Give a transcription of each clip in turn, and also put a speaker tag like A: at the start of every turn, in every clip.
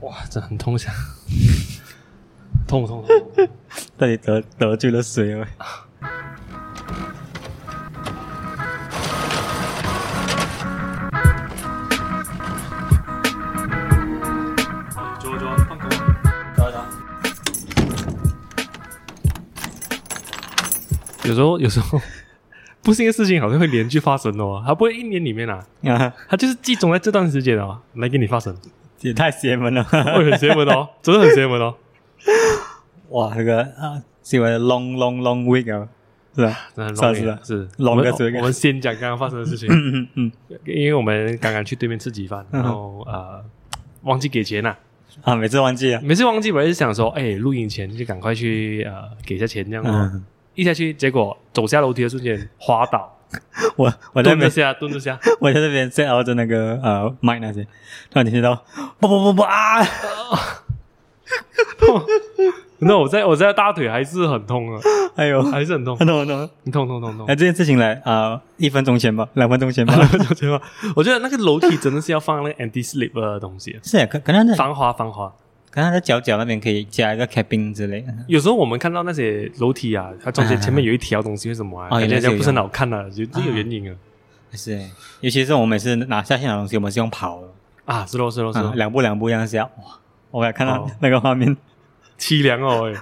A: 哇，这很痛想，痛痛痛痛！痛
B: 但你得得罪了谁啊？
A: 走走，放工，走走。 有时候，有时候， 不幸的事情好像会连续发生的哦，它不会一年里面啊，
B: 啊，
A: 它就是集中在这段时间啊来给你发生，
B: 也太邪门 了！
A: 会很邪门 哦，真的很邪门哦，
B: 哇，这个啊，是为 long long long week 啊，是吧？
A: 真的很
B: 算
A: long
B: 是吧
A: week，是
B: 龙
A: 我们
B: 的这个
A: 我们先讲刚刚发生的事情，
B: 嗯嗯嗯，
A: 因为我们刚刚去对面吃几饭，然后呃忘记给钱了、
B: 啊，每次忘记啊，
A: 每次忘记，本来是想说，哎，录音前就赶快去呃给一下钱这样哦，
B: 嗯，
A: 一下去，结果走下楼梯的瞬间滑倒，
B: 我我在
A: 蹲
B: 每
A: 着下，蹲着下，
B: 我在那边 set out 的那个呃麦那些，突然听到不不不不啊，
A: 那我在我在大腿还是很痛啊，
B: 哎呦，
A: 还是很痛
B: 很，痛很痛。
A: 痛痛痛痛
B: 哎，。这件事情来啊，一分钟前吧，两分钟前吧，
A: 对吧？我觉得那个楼梯真的是要放那个 anti slip 的东西，
B: 是啊，可可能在
A: 防滑防滑。
B: 可能在脚脚那边可以加一个 cabin 之类的。
A: 有时候我们看到那些楼梯啊，它中间前面有一条东西，为什么啊？
B: 哦
A: 感
B: 原
A: 觉
B: 来
A: 好
B: 是有
A: 像不是很好看啊，有这有原因啊。
B: 是欸，尤其是我们每次拿下线的东西，我们是用跑的，
A: 啊，是咯是咯是
B: 啊
A: 咯，
B: 两步两步这样下，哇，我感觉看到
A: 哦
B: 那个画面
A: 凄凉哦，哎，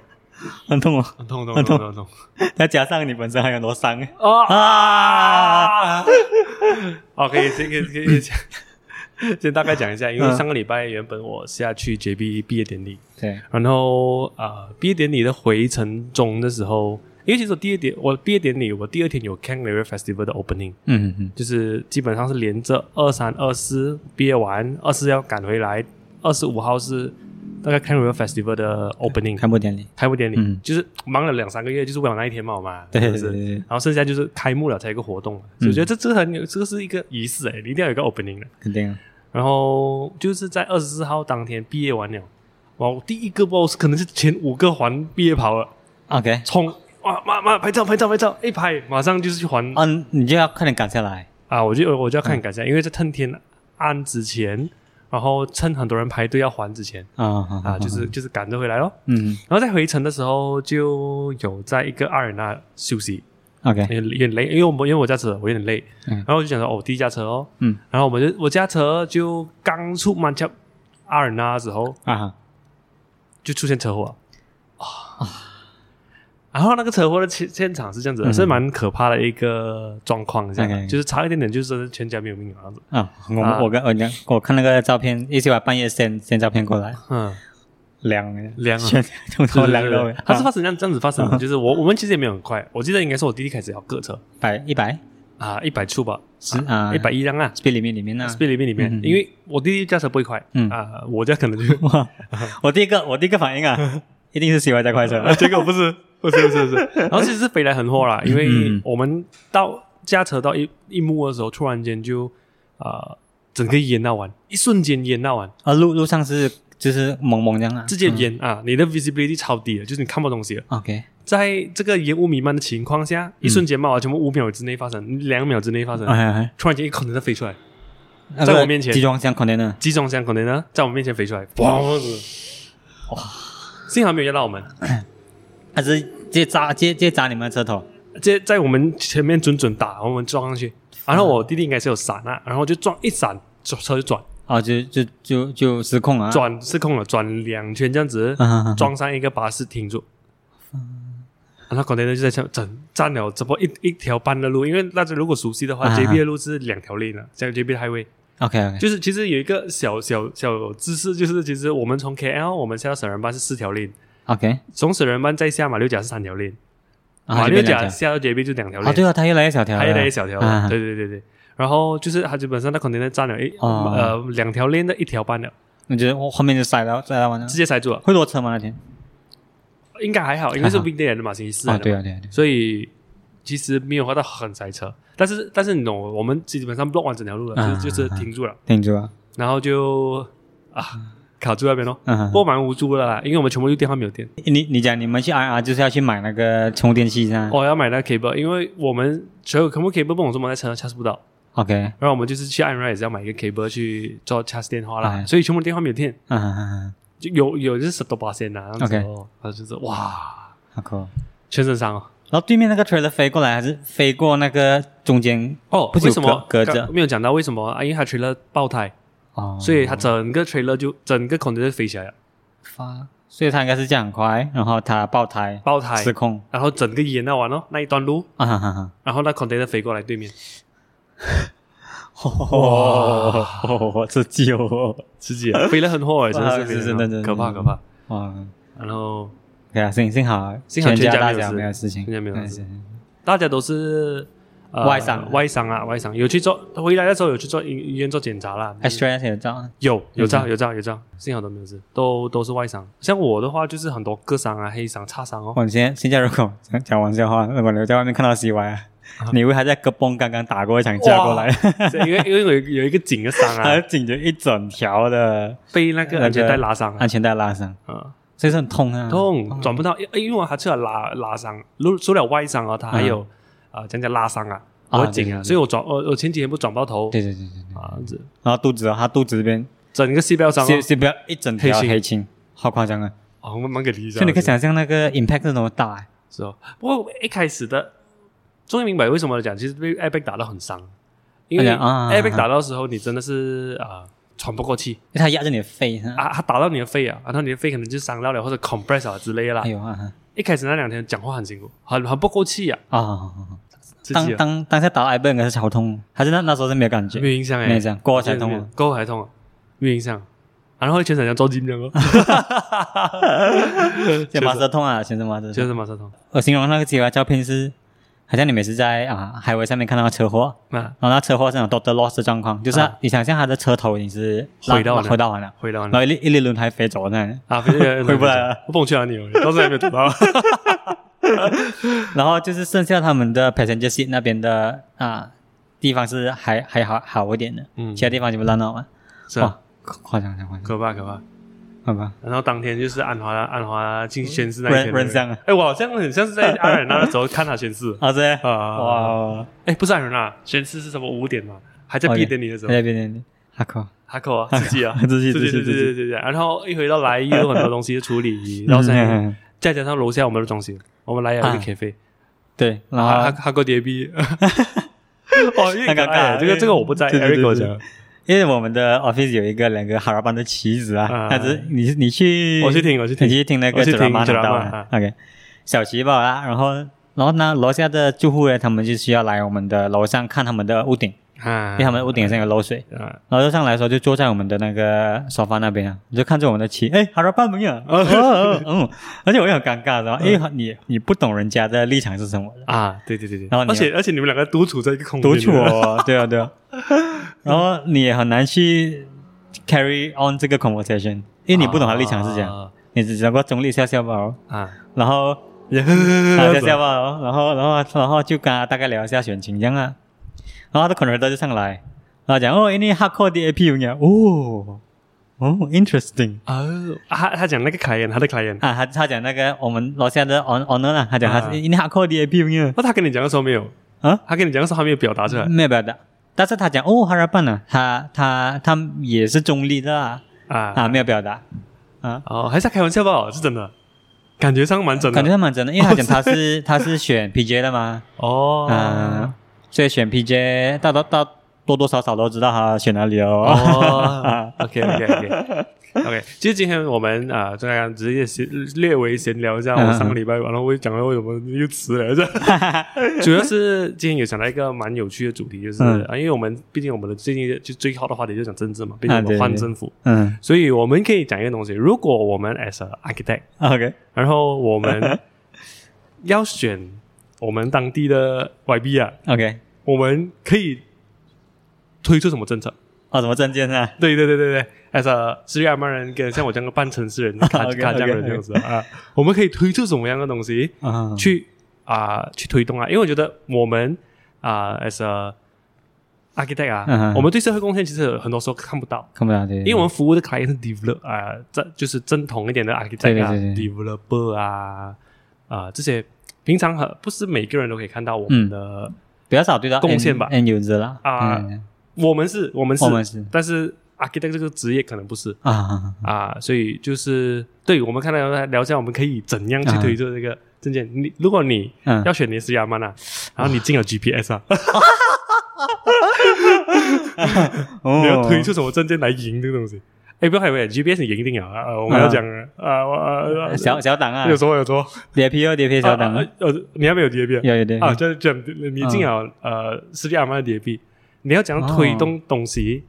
B: 很痛 哦。
A: 很痛很
B: 很
A: 痛
B: 痛
A: 痛很痛
B: 再加上你本身还有很多伤
A: 啊！
B: 啊，
A: 啊 ，OK，先先先先先大概讲一下，因为
B: 嗯
A: 上个礼拜原本我是要去 JB 毕业典礼，
B: 对，
A: 然后啊、呃毕业典礼的回程中的时候，因为其实我第二点，我毕业典礼我第二天有 Kang l a r Festival 的 opening，
B: 嗯嗯
A: 就是基本上是连着二三二四毕业完，二四要赶回来，二十五号是大概 Kang l a r Festival 的
B: 嗯，
A: opening
B: 开幕典礼，
A: 开幕典礼，
B: 嗯
A: 就是忙了两三个月，就是为了那一天嘛，好嘛，
B: 对
A: 是
B: 对
A: 不
B: 对
A: 是
B: 对对，
A: 然后剩下就是开幕了才有一个活动嘛，所以我觉得这这很有，这个是一个仪式哎、你一定要有一个 opening 的。
B: 肯定啊，
A: 然后就是在二十四号当天毕业完了，哇，我第一个 boss 可能是前五个环毕业跑了，
B: OK，
A: 冲哇妈妈拍照拍照拍照，一拍马上就是嗯去环啊
B: 嗯、你就要快点赶下来，
A: 啊我就我就要看感想，因为在趁天暗之前，然后趁很多人排队要还之前
B: 啊啊
A: 啊，就是就是赶着回来咯。
B: 嗯
A: 然后在回程的时候就有在一个阿尔那休息，
B: ，OK，
A: 有点有点累，因为我们因为我驾车我有点累，
B: 嗯
A: 然后我就想说哦，我第一架车哦，
B: 嗯，
A: 然后我们就我驾车就刚出曼彻阿尔那的时候
B: 啊，
A: 就出现车祸啊，然后那个车祸的现现场是这样子的，是蛮可怕的一个状况，这样的
B: 嗯 OK
A: 就是差一点点就是全家没有命这样子，
B: 啊，我
A: 啊
B: 我跟我讲，我看那个照片，一起把半夜 send send 照片过来，
A: 嗯，
B: 凉
A: 凉啊
B: 全从头凉到尾，
A: 它是
B: 啊
A: 发生这样这样子发生的，就是我我们其实也没有很快，我记得应该是我弟弟开始要各车
B: 百一百
A: 啊，一百出吧，
B: 十啊
A: 一百一辆啊。
B: speed 里面里面呢、
A: speed 里面里面，因为我弟弟驾车不会快，
B: 嗯
A: 啊，我家可能就
B: 哇，我第一个我第一个反应啊，一定是喜欢在快车，
A: 啊，结果不是，不是，不是，不是。然后其实是飞来横祸啦，因为
B: 嗯
A: 我们到驾车到一一幕的时候，突然间就呃，整个淹到完，一瞬间淹到完，
B: 啊路路上是就是蒙蒙这样啊
A: 直接淹、啊，你的 visibility 超低了，就是你看不到东西了。
B: ，OK，
A: 在这个烟雾弥漫的情况下，一瞬间嘛，全部五秒之内发生，两秒之内发生，
B: 哎哎，
A: 突然间一口 n 飞出来，
B: 哎
A: 在我面前
B: 集装箱 container
A: 集装箱可能呢在我们面前飞出来，哇！幸好没有压到我们，
B: 他是直接砸直接直接砸你们的车头，
A: 在在我们前面准准打，我们撞上去。
B: 嗯
A: 然后我弟弟应该是有闪啊，然后就撞一闪，车车就转
B: 哦就就就就失控啊，
A: 转失控了，转两圈这样子，
B: 啊
A: 撞上一个巴士停住。
B: 嗯
A: 然后 container 就在上整占了这么一一条半的路，因为大家如果熟悉的话
B: 啊
A: ，JB 的路是两条 lane 啊的，
B: 嗯
A: 像 JB 的 highway，
B: OK OK，
A: 就是其实有一个小小小知识，就是其实我们从 KL 我们下到省人班是四条 lane，
B: OK，
A: 从省人班再下马六甲是三条 lane，
B: 啊
A: 马
B: 这
A: 六
B: 边两
A: 甲
B: 条
A: 下到 JB 就两条
B: 啊，
A: lane。
B: 对啊，它越来越小条了，
A: 还有那一小条的，
B: 啊
A: 对对对对。然后就是它基本上那 container 占了一、
B: 哦
A: 呃两条 lane 的一条半了，
B: 我觉得我后面就塞到塞到完了
A: 直，接塞住了。
B: 会多车吗那天？
A: 应该还好，应该是
B: 还好
A: weekday 来的嘛，星期四来的
B: 啊，
A: 嘛
B: 对啊对啊对啊，
A: 所以其实没有滑到很塞车，但是但是你懂，我们基本上 block 完整条路了，
B: 啊
A: 就是就是停住了，
B: 顶住啊，
A: 然后就啊卡住那边咯。
B: 嗯
A: 不，过蛮无助的啦，因为我们全部就电话没有电。
B: 你你讲你们去 IR 就是要去买那个充电器噻？
A: 哦我、要买那个 cable，因为我们所有全部 cable 不懂怎么在车上 charge 不到，
B: ，OK，嗯
A: 然后我们就是去 Iron 也是要买一个 cable 去做 charge 电话啦，
B: 哎
A: 所以全部电话没有电，
B: 嗯嗯嗯，
A: 就有有就是十多八仙啊啦，那
B: OK
A: 时候然后就是哇，
B: 好 cool。
A: 全身伤哦。
B: 然后对面那个 trailer 飞过来，还是飞过那个中间
A: 哦，
B: 不是
A: 为
B: 有
A: 什么
B: 隔隔
A: 刚
B: 着
A: 没有讲到为什么？啊因为他 trailer 爆胎，
B: 哦，
A: 所以他整个 trailer 就整个 container 飞起来了，啊
B: 发，所以他应该是这样很快，然后他爆胎，
A: 爆胎，
B: 失控
A: 然后整个淹到完咯，那一段路，
B: 啊哈哈哈！
A: 然后那 container 飞过来对面，
B: 哇，这救
A: 刺激啊，飞得很火欸，真的
B: 哇
A: 是飞得
B: 是
A: 很
B: 真的真
A: 火可怕
B: 的真的
A: 可怕。
B: 哇！
A: 然后
B: 对啊，幸幸好
A: 幸好全
B: 家
A: 家
B: 大
A: 没有
B: 小
A: 事
B: 没有事情，
A: 全家没有
B: 对
A: 事
B: 是
A: 大家都是。呃
B: 外伤
A: 外伤啊，外伤有去做，回来的时候有去做医医院做检查啦。
B: X-ray 也有照，
A: 有有照
B: 嗯
A: 有照有照，幸好都没有事，都都是外伤。像我的话就是很多割伤啊、黑伤、擦伤哦。
B: 我现在现在如果讲讲玩笑话，如果你在外面看到 CY，啊你以为他在戈崩刚刚打过一场架过来，
A: 是因为因为有一有一个颈的伤
B: 他
A: 啊，
B: 紧着一整条的
A: 被那个安全带拉伤啊
B: 安，全带拉伤，
A: 嗯，
B: 所以是很痛啊，
A: 痛转不到，
B: 哎
A: 因因为我还除了拉拉伤，除除了外伤啊，它还有啊讲讲拉伤啊，
B: 嗯啊
A: 我的颈
B: 对对
A: 啊，
B: 对
A: 所以我转我我前几天不转爆头
B: 对对对对对，
A: 啊，这
B: 然后肚子哦他肚子这边
A: 整个细胞伤哦
B: 是是不要一整条
A: 黑青
B: 黑青，好夸张啊！
A: 哦，我们蛮给力的，
B: 就你可以想象那个 impact 是多么大啊，
A: 是哦。不过一开始的终于明白为什么讲，其实被 airbag 打到很伤，因为
B: 哎呀啊
A: airbag 打到的时候你真的是啊喘不过气。
B: 因为它压着你的肺，
A: 啊，他打到你的肺啊，然后你的肺可能就伤到了或者 compress 啊之类的啦。
B: 哎呦啊
A: 一开始那两天讲话很辛苦，很很不够气啊，
B: 啊！哦
A: 自己
B: 当
A: 啊
B: 当当下打到癌症应该是好痛，还是那那时候是没有感觉
A: 没，有影响哎、
B: 没有这样，过后才
A: 没有
B: 痛。，
A: 过后才痛啊，没有影响。然后全场像照镜这 样哦，
B: 先麻舌痛啊，全身麻舌
A: 就
B: 痛。
A: 是马上痛
B: 我形容那个鸡巴照片是，好像你每次在啊海威上面看到车祸，
A: 啊，
B: 然后那车祸是那种 total loss 的状况，就是它
A: 啊
B: 你想象他的车头已经是
A: 毁到了嗯
B: 毁到完了，
A: 回到
B: 然
A: 了
B: 后一粒一粒轮胎飞走那样，
A: 啊，回
B: 回不来了，
A: 我不懂去哪里了，到时候还没有读 到。
B: 然后就是剩下他们的 passenger seat 那边的啊地方是还还好好一点的，
A: 嗯
B: 其他地方全部烂到完。
A: 是啊，
B: 哇，夸夸张夸张，
A: 可怕可怕。
B: 好吧，
A: 然后当天就是安华安华进宣誓那一
B: 人
A: 天，
B: 人像啊，
A: 哎，我好像很像是在阿尔那的时候看他宣 誓
B: 好这
A: 啊，
B: 哇，
A: 哎，不是阿尔
B: 啊
A: 那，宣誓是什么五点嘛，还在
B: OK
A: 闭点你的时候
B: 在。那边哈靠，
A: 哈口啊，自己啊
B: 哦 ，自己
A: 自己
B: 自己
A: 对对
B: 自己
A: 对对对。然后一回到来，又有很多东西的处理， 然后现在
B: 嗯
A: 再加上楼下我们的东西，我们来了一
B: 啊
A: 个 cafe，
B: 对，然后
A: 哈哈哈口叠 币。哦，因为
B: 很尴尬
A: 这个这个我不在
B: 对对对
A: ，Eric 跟我
B: 对
A: 讲，
B: 因为我们的 office 有一个两个哈拉班的旗子啊
A: 啊，
B: 但是你你去，
A: 我去听我去听
B: 你去听那个
A: 我去听
B: drama 拿
A: drama，
B: 到
A: 啊
B: 啊，OK，小旗吧啊，然后然后呢，楼下的住户呢，他们就需要来我们的楼上看他们的屋顶，
A: 啊
B: 因为他们的屋顶好像有漏水，
A: 啊，
B: 然后就上来的时候就坐在我们的那个沙发那边啊，你就看着我们的棋，哎，哈拉半没 有，哦哦嗯，而且我也很尴尬的哦，因为你你不懂人家的立场是什么的，
A: 啊，对对对对，
B: 然后你
A: 而且而且你们两个独处在一个空间
B: 独
A: 里
B: 处
A: 面，
B: 哦，对啊对啊，然后你也很难去 carry on 这个 conversation，因为你不懂他立场是这样，
A: 啊
B: 你只能够中立笑笑吧哦，
A: 啊，
B: 然后啊笑笑吧哦，然后然后然后就跟他大概聊一下选情这样啊，然后他的 controller 就上来，然后讲哦，因为 hardcore 的 AP 有呀，哦哦，interesting。
A: 哦啊他他讲那个 client，他的 client，
B: 啊，他他讲那个我们楼下的 on owner 啦，他讲他
A: 啊
B: 是因为他 call D A P 朋友
A: 哦那他跟你讲的时候没有？
B: 啊，嗯
A: 他跟你讲的时候还没有表达出来
B: 没有表达，但是他讲哦，哈拉办呢，他他他也是中立的啦，
A: 啊？
B: 啊，没有表达啊，
A: 哦，还是在开玩笑吧，是真的，感觉上蛮真
B: 感觉
A: 的
B: 他蛮真的，因为他讲他是他是选 P J 的嘛，
A: 哦。
B: 啊，所以选 P J 大到到多多少少都知道他选哪里 哦，
A: 哦，OK OK OK OK，其实今天我们啊，这样直接闲略微闲聊一下，
B: 嗯
A: 我上个礼拜完了，我也讲了为什么又辞了， 这主要是今天有想到一个蛮有趣的主题，就是
B: 嗯
A: 啊，因为我们毕竟我们的最近就最好的话题就讲政治嘛，毕竟
B: 啊
A: 我们
B: 对
A: 换
B: 对
A: 政府，
B: 嗯
A: 所以我们可以讲一个东西，如果我们 as a architect，
B: ，OK，
A: 然后我 们要选我们当地的 YB 啊，
B: OK，
A: 我们可以推出什么政策？
B: 哦，什么证件啊？
A: 对对对对对，as a 是亚曼人跟像我这样的半城市 人、卡
B: OK，OK，
A: 卡江人
B: OK
A: 这样子啊，我们可以推出什么样的东西
B: 啊，
A: 去啊、去推动啊？因为我觉得我们啊、as a architect 啊，
B: 嗯哼
A: 我们对社会贡献其实很多时候看不到。
B: 看不到对，
A: 因为我们服务的 client 是 develop 啊、这就是正统一点的 architect 啊
B: 对对对
A: developer 啊，啊、这些平常很不是每个人都可以看到我们的
B: 比较少对到
A: 贡献吧
B: end user 啦
A: 啊
B: 嗯
A: 我们是，我们是，
B: 我们是
A: 但是 architect 这个职业可能不是
B: 啊啊
A: 啊，所以就是对我们看到聊一下，我们可以怎样去
B: 啊
A: 推这这个证件。你如果你
B: 嗯
A: 要选你是亚曼啊，然后你进了 GPS 啊，
B: 哦
A: 你要推出什么证件来赢这个东西？哎，不要以为 GPS 你赢定了啊！呃
B: 嗯
A: 我们要讲啊，我呃呃
B: 小小党啊
A: 有时候有时候
B: ，DPO DPO 小党
A: 啊
B: 啊，
A: 呃，你还没有 DAB 啊？
B: 有有嗯点
A: 啊，就是讲你进了呃世界阿曼的 DAB，你要讲推动东西，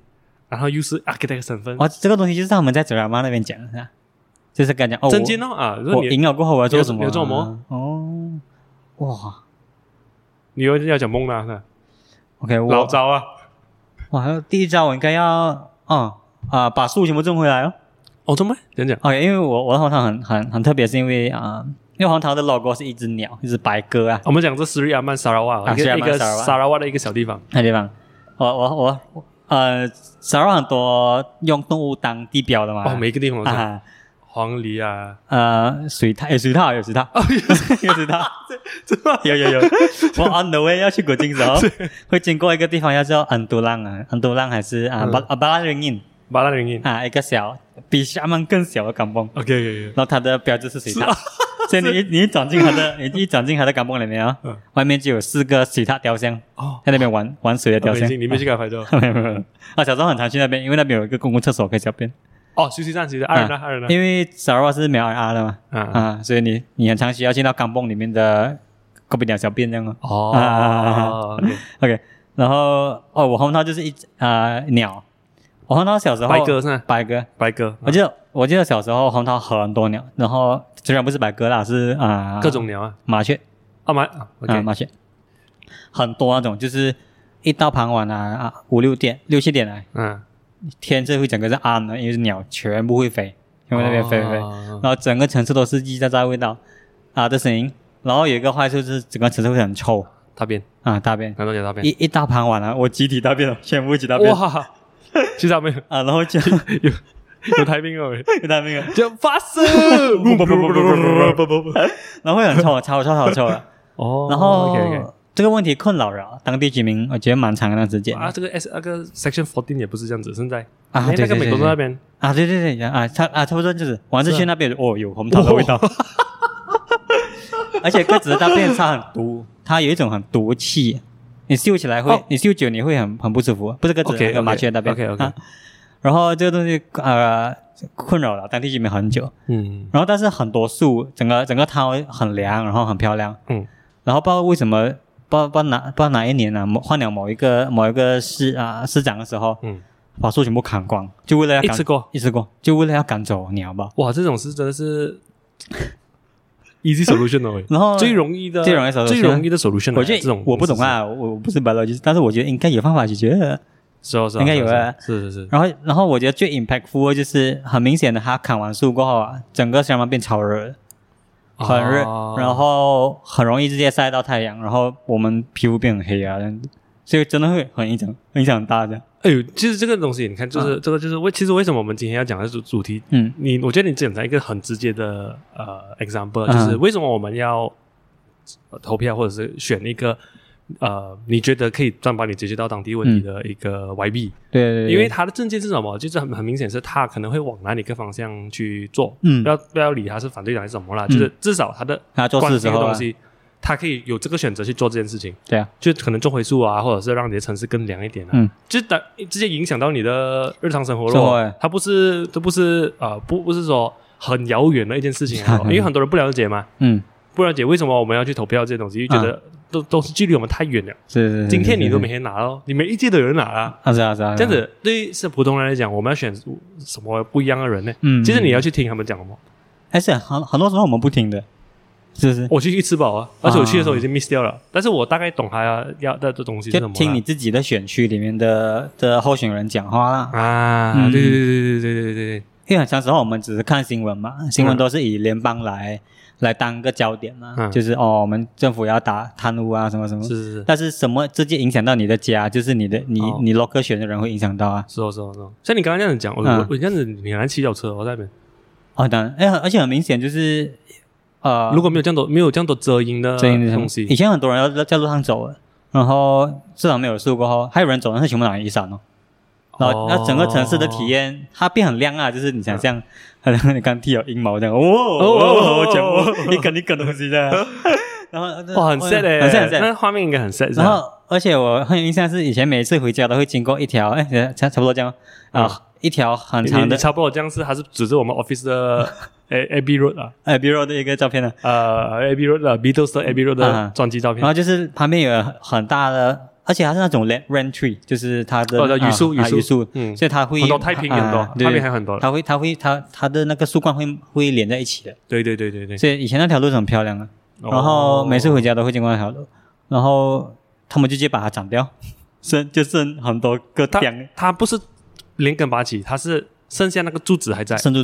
A: 然后又是 architect 身份，
B: 哦，这个东西就是他们在泽拉妈那边讲的是吧，就是跟他讲哦，
A: 证件
B: 我
A: 哦啊，如果
B: 我
A: 你
B: 赢了过后我要做什
A: 你
B: 么？啊
A: 要做什么？
B: 哦，哇
A: 你又要讲梦啦，是吧
B: ，OK，
A: 老
B: 我
A: 招啊，
B: 哇，还有第一招我应该要哦啊，把树全部种回来哦。
A: 哦，怎么讲讲
B: OK，因为我我的红糖很很很特别，是因为啊、因为红糖的 logo 是一只鸟，一只白鸽啊，
A: 我们讲这斯里阿曼沙拉瓦，
B: 啊
A: 一
B: 斯里
A: 个
B: 阿
A: 一
B: 曼
A: 个
B: 沙拉瓦
A: 沙拉瓦的一个小地方，
B: 那地方，我我我呃，沙拉很多用动物当地标的嘛，
A: 哦，每一个地方都是
B: 啊
A: 黄鹂 啊，
B: 呃水獭有水獭有水獭 哦有水 獭，
A: 真的
B: 有有有， 我 on the way 要去古晋的时候，会经过一个地方，要叫安都浪啊，安都浪还是啊
A: 嗯
B: 巴啊巴拉瑞因
A: 巴拉林音
B: 啊，一个小比厦门更小的港崩，
A: ，OK OK，
B: 然后它的标志是水獭， 所以你一你一转进它的，你一转进它的港崩里面啊
A: 嗯，
B: 外面就有四个水獭雕像，
A: 哦，
B: 在那边玩玩水的雕
A: 北
B: 像。
A: 京，你没去给他拍照
B: 没有没有没有啊，小时候很常去那边，因为那边有一个公共厕所可以小便，
A: 哦，休息站其实二人啊，二人
B: 因为沙拉瓦是没有 R 的嘛，
A: 啊啊，
B: 啊，所以你你很常需要去到港崩里面的隔壁鸟小便这样哦。啊啊啊啊
A: 哦，OK，
B: OK，然后哦，我红桃就是一只啊鸟，我红桃小时候
A: 白鸽是啊吧？
B: 白鸽，
A: 白鸽，
B: 啊我记得我记得小时候红桃很多鸟，然后虽然不是白鸽啦，是啊、
A: 各种鸟啊，
B: 麻雀
A: 啊马啊
B: 啊、
A: ，OK，
B: 麻雀，很多那种，就是一到傍晚啊啊五六点六七点啊来，
A: 嗯，
B: 天色会整个是暗的，因为是鸟全部会飞，因为那边飞飞飞，
A: 哦
B: 然后整个城市都是叽叽喳喳的味道啊的声音，然后有一个坏处就是整个城市会很臭
A: 大便，
B: 啊大便。
A: 难道讲大便？
B: 一一大傍晚啊，我集体大便了，全部一起大便
A: 啊哇，去上面
B: 啊，然后就
A: 有台兵哦，喂
B: 就他那个，
A: 就发射，
B: 不不不不不不
A: 不不不，
B: 然后会很臭，超超超臭的。
A: 哦，
B: 然后
A: OK OK，
B: 这个问题困扰了当地居民，我觉得蛮长一段时间
A: 啊，这个 S 那个 Section Fourteen 也不是这样子，现在
B: 啊
A: 哎
B: 对
A: 那个美
B: 对对
A: 国
B: 对
A: 那边
B: 啊，对对对啊，差啊差不多就是王志
A: 是啊
B: 轩那边哦有红桃的味道， 而且鸽子的大便它很毒，它有一种很毒气，你嗅起来会
A: 哦，
B: 你嗅久你会很很不舒服，不是鸽子
A: OK，
B: 那个麻雀的大便
A: OK，OK，OK
B: 啊然后这个东西呃困扰了当地居民很久，
A: 嗯
B: 然后但是很多树，整个整个它很凉，然后很漂亮。
A: 嗯，
B: 然后不知道为什么，不知道不知道哪不知道哪一年呢、啊，某换了某一个某一个市啊市长的时候，
A: 嗯，
B: 把树全部砍光，就为了要
A: 一
B: 赶
A: 次过，
B: 一次过，就为了要赶走鸟吧。
A: 哇，这种事真的是 easy solution 哦，喂
B: 然后
A: 最容易的
B: 最容易的 solution
A: 最容易的 solution，啊
B: 我觉得
A: 这种
B: 我不懂，啊，我我不是白老师，但是我觉得应该有方法解决的。
A: 是哦是哦，
B: 应该有
A: 是哦
B: 啊
A: 是是是，
B: 然后然后我觉得最 impactful 的就是很明显的，他砍完树过后啊，整个香港变超热，很热，
A: 哦
B: 然后很容易直接晒到太阳，然后我们皮肤变很黑啊，这样子，所以真的会很影响影响很大的。
A: 哎呦，其实这个东西你看，就是这个就是为其实为什么我们今天要讲的主主题
B: 嗯
A: 你我觉得你讲到一个很直接的呃 example，
B: 嗯
A: 就是为什么我们要呃投票或者是选一个呃你觉得可以专帮你解决到当地问题的一个 YB，、
B: 对嗯对对，
A: 因为他的证件是什么？就是很很明显是他可能会往哪里个方向去做，
B: 嗯
A: 不要不要理他是反对党还是什么啦，
B: 嗯
A: 就是至少他的
B: 他做事
A: 关
B: 的
A: 心
B: 时
A: 的
B: 候、
A: 东
B: 啊，
A: 西，他可以有这个选择去做这件事情。
B: 对啊，
A: 就可能种回树啊，或者是让你的城市更凉一点啊，
B: 嗯
A: 就打直接影响到你的日常生活
B: 生活
A: 咯
B: 欸。
A: 它不是，这不是呃，不不是说很遥远的一件事情 啊，因为很多人不了解嘛，
B: 嗯，
A: 不了解为什么我们要去投票这些东西，就觉
B: 啊
A: 得都都是距离我们太远了。
B: 是是是。
A: 今天你都
B: 是
A: 每天拿
B: 嗯
A: 哦，你每一届都有人拿啊，
B: 啊是啊是啊，
A: 这样子对于是普通人来讲，我们要选什么不一样的人呢？
B: 嗯，嗯，
A: 其实你要去听他们讲什么，
B: 还哎是啊很很多时候我们不听的，是不是？
A: 我去一吃饱啊，而且我去的时候已经 miss 掉了，但是我大概懂他要要的东西是什
B: 就
A: 么啦。
B: 嗯听你自己的选区里面的的候选人讲话啦。
A: 啊，
B: 嗯
A: 对对对对对对对对。
B: 因为很长时候我们只是看新闻嘛，新闻
A: 嗯
B: 都是以联邦来、来当个焦点嘛，
A: 嗯
B: 就是哦，我们政府要打贪污啊，什么什么。
A: 是是是，
B: 但是什么直接影响到你的家，就是你的你、
A: 哦
B: 你 local 选的人会影响到啊。
A: 是哦是哦是哦。像你刚刚这样子讲，我、
B: 嗯
A: 我我这样子很难骑脚车哦，我在那边。
B: 哦，当然，哎，而且很明显就是，呃，
A: 如果没有这样多没有这样多遮阴的
B: 这样的
A: 东
B: 以
A: 西，
B: 前很多人要在路上走的，然后市场没有树过后，还有人走那是全部拿雨伞哦。然后那整个城市的体验，它变很亮啊，就是你想象，好像你刚剃有阴毛这样，哦哦哦，全部一根一根东西这样。 然后
A: 哇，很 sad 嘞，
B: 嘞，哦很 sad 很 sad。
A: 那画面应该很 sad 是
B: 然
A: 吧？
B: 后，而且我很有印象是，以前每次回家都会经过一条，哎，差差不多这样啊、
A: 嗯
B: 一条很
A: 你
B: 长
A: 你
B: 的
A: 差不多这样是，还是指着我们 office 的 A A B Road 啊？
B: 哎 b i r o 的一个照片呢。
A: 呃，A B Road 的 Beatles 的 A B Road
B: 啊
A: 的专辑照片
B: 然，后就是旁边有很大的，而且它是那种 rain rain tree，就是它的
A: 哦叫榆树
B: 啊啊
A: 榆树
B: 榆树，
A: 嗯
B: 所以它会
A: 很多太平很多
B: 啊对
A: 那边还有很多
B: 它会它会它它的那个树冠会会连在一起的，
A: 对对对对对。
B: 所以以前那条路是很漂亮的。
A: 哦
B: 然后每次回家都会经过那条路，然后他们就直接把它斩掉， 剩就剩很多个
A: 它
B: 点
A: 它不是连根拔起，它是剩下那个柱子还在，
B: 剩住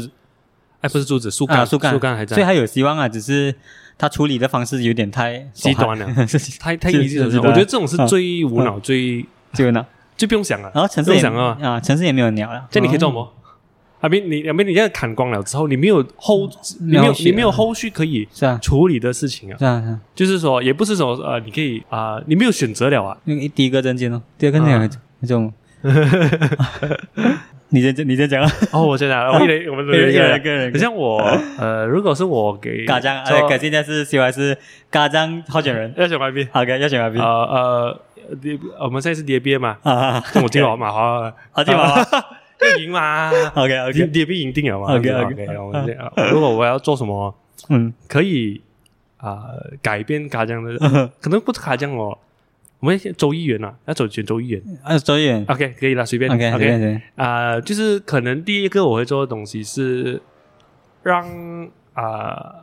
A: 哎，不是柱子，树
B: 啊
A: 干，
B: 树干
A: 树干还
B: 所以
A: 在，
B: 还有希望啊，只是他处理的方式有点太
A: 极端了
B: 是
A: 太太
B: 是
A: easy 了。
B: 是
A: 我觉得这种是
B: 啊
A: 最无脑、最
B: 就那，
A: 最不用想了，
B: 然后城市
A: 不
B: 也
A: 用想啊，
B: 啊，城市也没有鸟了，
A: 这样你可以做什
B: 哦？
A: 么？阿斌，你阿斌，你现在砍光了之后，你没有后，你没
B: 嗯没有
A: 有
B: 血
A: 你没有后续可以
B: 是啊，
A: 处理的事情啊，
B: 是啊，是啊，
A: 就是说，也不是说呃，你可以啊、你没有选择了啊，
B: 那个第一个证件哦，第二个证
A: 啊
B: 件有那种， 你先你 先讲啊，
A: 哦，我真的，我一人我们
B: 一人一人一
A: 个
B: 个人
A: 人。像我，呃，如果是我给
B: 嘎张，
A: 做
B: 哎，改现在是 C Y 是嘎张候选人
A: 要选 YB，
B: ，OK，要选 Y B
A: 呃
B: 啊
A: 呃，D，我们现在是 DB 嘛，
B: 啊
A: 像我今 晚马华，
B: 啊今晚马
A: 哦 要赢 嘛
B: ，OK OK，嗯
A: ，DB 赢定了嘛
B: OK，OK，
A: OK，我们这样如果我要做什么，
B: 嗯，
A: 可以啊、改变卡江
B: 嗯
A: 的，可能不是卡江哦，我们州议员啊，要走选州议员
B: 啊，所以 OK
A: ，OK 可以啦，随便
B: OK
A: ，OK
B: 对，
A: 啊、就是可能第一个我会做的东西是让啊、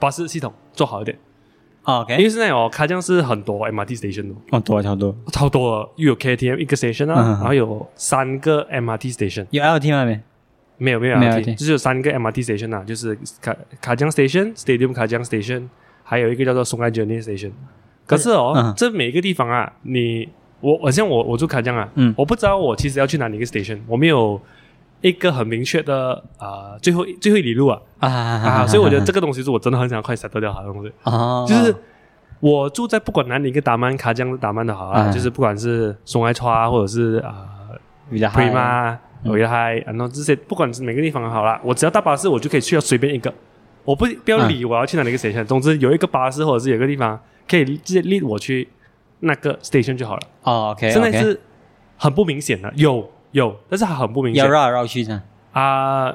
A: 巴士系统做好一点，因
B: OK，
A: 为现在哦，开江是很多 MRT station 哦，
B: 哦，多超多，
A: 超多了，又有 KTM 一个 station 啊，
B: 嗯
A: 然后有三个 MRT station，
B: 有 L T 吗？没，
A: 没有没有
B: 没有
A: MRT，
B: 对
A: 就是有三个 MRT station 啊，就是卡卡江 station、Stadium 卡江 station，还有一个叫做松安 Journey station。可是哦，
B: 嗯
A: 这每一个地方啊，你我好像我我住卡江啊，
B: 嗯
A: 我不知道我其实要去哪里一个 station，我没有一个很明确的啊、呃最后最后一里路啊
B: 啊
A: 啊，所以我觉得这
B: 个
A: 个东西是我真的很想快闪掉好的东西。
B: 哦，
A: 就是我住在不管哪里一个达曼卡江达曼的好啊，
B: 嗯
A: 就是不管是松爱川啊或者是啊、呃
B: 比较
A: Prima、维嗨，然后这些不管是哪个地方好啦，我只要搭巴士，我就可以去到随便一个，我不不要理我要去哪里一个 station，、总之有一个巴士或者是有一个地方可以直接 lead 我去那个 station 就好了。
B: 哦，OK，
A: 现在是很不明显的，有有，但是还很不明
B: 要
A: 显
B: 绕来绕去这样。
A: 啊、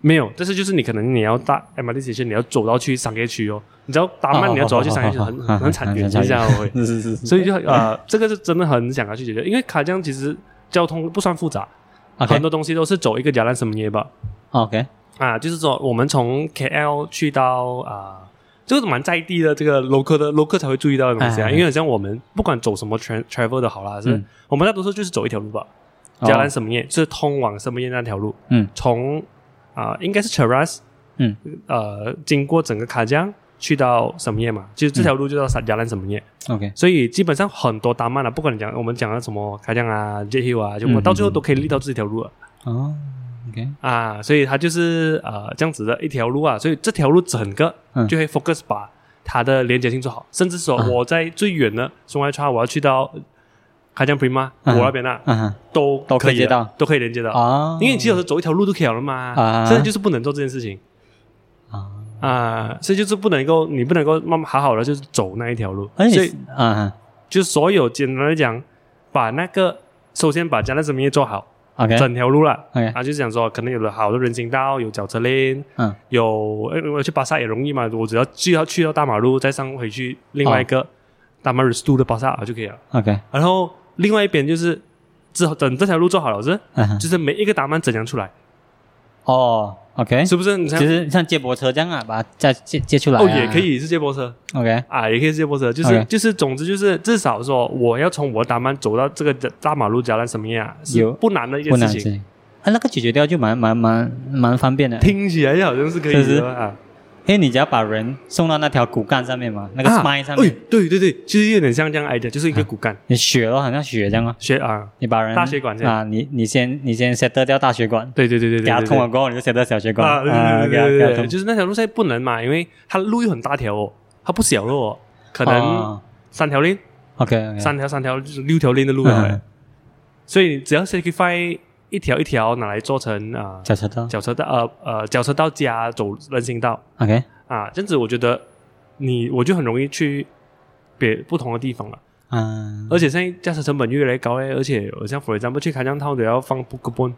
A: 没有，但是就是你可能你要搭 MRT station，你要走到去商业区哦，你知道达曼你要走到去商业区很很很惨远，就这样会。
B: 是是是，
A: 所以就呃，这个是真的很想要去解决，因为卡江其实交通不算复杂，很
B: OK
A: 多东西都是走一个加兰什么耶吧，
B: OK
A: 啊，就是说我们从 KL 去到啊、就是蛮在地的这个 local 的 local 才会注意到的东西啊，
B: 哎
A: 因为好像我们不管走什么 tra travel 的好啦，是、
B: 嗯
A: 我们大多数就是走一条路吧，
B: 哦
A: 加兰什么耶，就是通往什么耶那条路，
B: 嗯，
A: 从啊、应该是 Cheras，
B: 嗯，
A: 呃，经过整个卡江去到什么耶嘛，就是这条路就到加兰什么耶，
B: OK
A: 所以基本上很多达曼啊，不管你讲我们讲的什么开江啊、Jet Hill 啊，就
B: 嗯嗯
A: 到最后都可以立到这条路啊了、
B: 哦 OK
A: 啊。所以它就是呃这样子的一条路啊，所以这条路整个
B: 嗯
A: 就会 focus 把它的连接性做好，甚至说
B: 啊
A: 我在最远的松外川，我要去到开江 Prima 我
B: 嗯
A: 那边啊，
B: 啊哈
A: 都
B: 都可以
A: 以
B: 接
A: 的
B: 到，
A: 都可以连接到，
B: 哦，
A: 因为你只有时走一条路就可以了嘛。
B: 啊
A: 现在就是不能做这件事情
B: 啊，
A: 啊，所以就是不能够你不能够慢慢好好的就是走那一条路，
B: 而
A: 所
B: 且
A: 以
B: 是啊哈
A: 就所有简单来讲，把那个首先把加勒什么业做好，
B: OK
A: 整条路了。
B: OK
A: 啊，就是讲说，可能有了好的人行道，有脚车 lane，
B: 嗯
A: 有呃我去巴萨也容易嘛，我只要去要去到大马路，再上回去另外一
B: 哦
A: 个大马路 s t 的巴萨就可以了。
B: OK
A: 然后另外一边就是，之后等这条路做好了是，
B: 啊哈
A: 就是每一个答案怎样出来，
B: 哦 OK，
A: 是不是？你
B: 就
A: 像
B: 是像接驳车这样啊，把它再接接出来啊
A: 哦，也可以是接驳车
B: OK
A: 啊，也可以是接驳车，就是
B: OK
A: 就是，总之就是至少说，我要从我的答案走到这个大马路加勒什么样，是
B: 有
A: 不难的一件
B: 不
A: 事
B: 难
A: 情
B: 事。情啊，那个解决掉就蛮蛮蛮蛮方便的，
A: 听起来好像是可以
B: 是不是
A: 的啊。
B: 因为你只要把人送到那条骨干上面嘛，那
A: 那
B: 个 spine 上
A: 哎
B: 面，，
A: 对对对，其实有点像这样 idea，就是一个骨干
B: 你血咯，好像血这样啊，
A: 学啊，
B: 你把人
A: 大血管这样
B: 啊，你你先你先 set 掉大血管，
A: 对对对对对，
B: 给他
A: 对
B: 通了过后，你就 set 掉小血管
A: 啊，对
B: 给
A: 对
B: 他
A: 对对
B: 给他
A: 对，
B: 通，
A: 就是那条路现在不能嘛，因为它路又很大条哦，它不小了哦，可能
B: 哦
A: 三条链
B: OK，
A: 三条三条六条 lane 的路了、
B: 嗯
A: 所以只要 sacrifice 一条一条拿来做成啊、
B: 脚车道
A: 脚车道呃呃脚车道加走人行道
B: OK
A: 啊，这样子我觉得你我就很容易去别不同的地方了。
B: 嗯
A: 而且现在驾驶成本越来越高嘞，而且我像 for example 去开江套都要放 b o o k b o n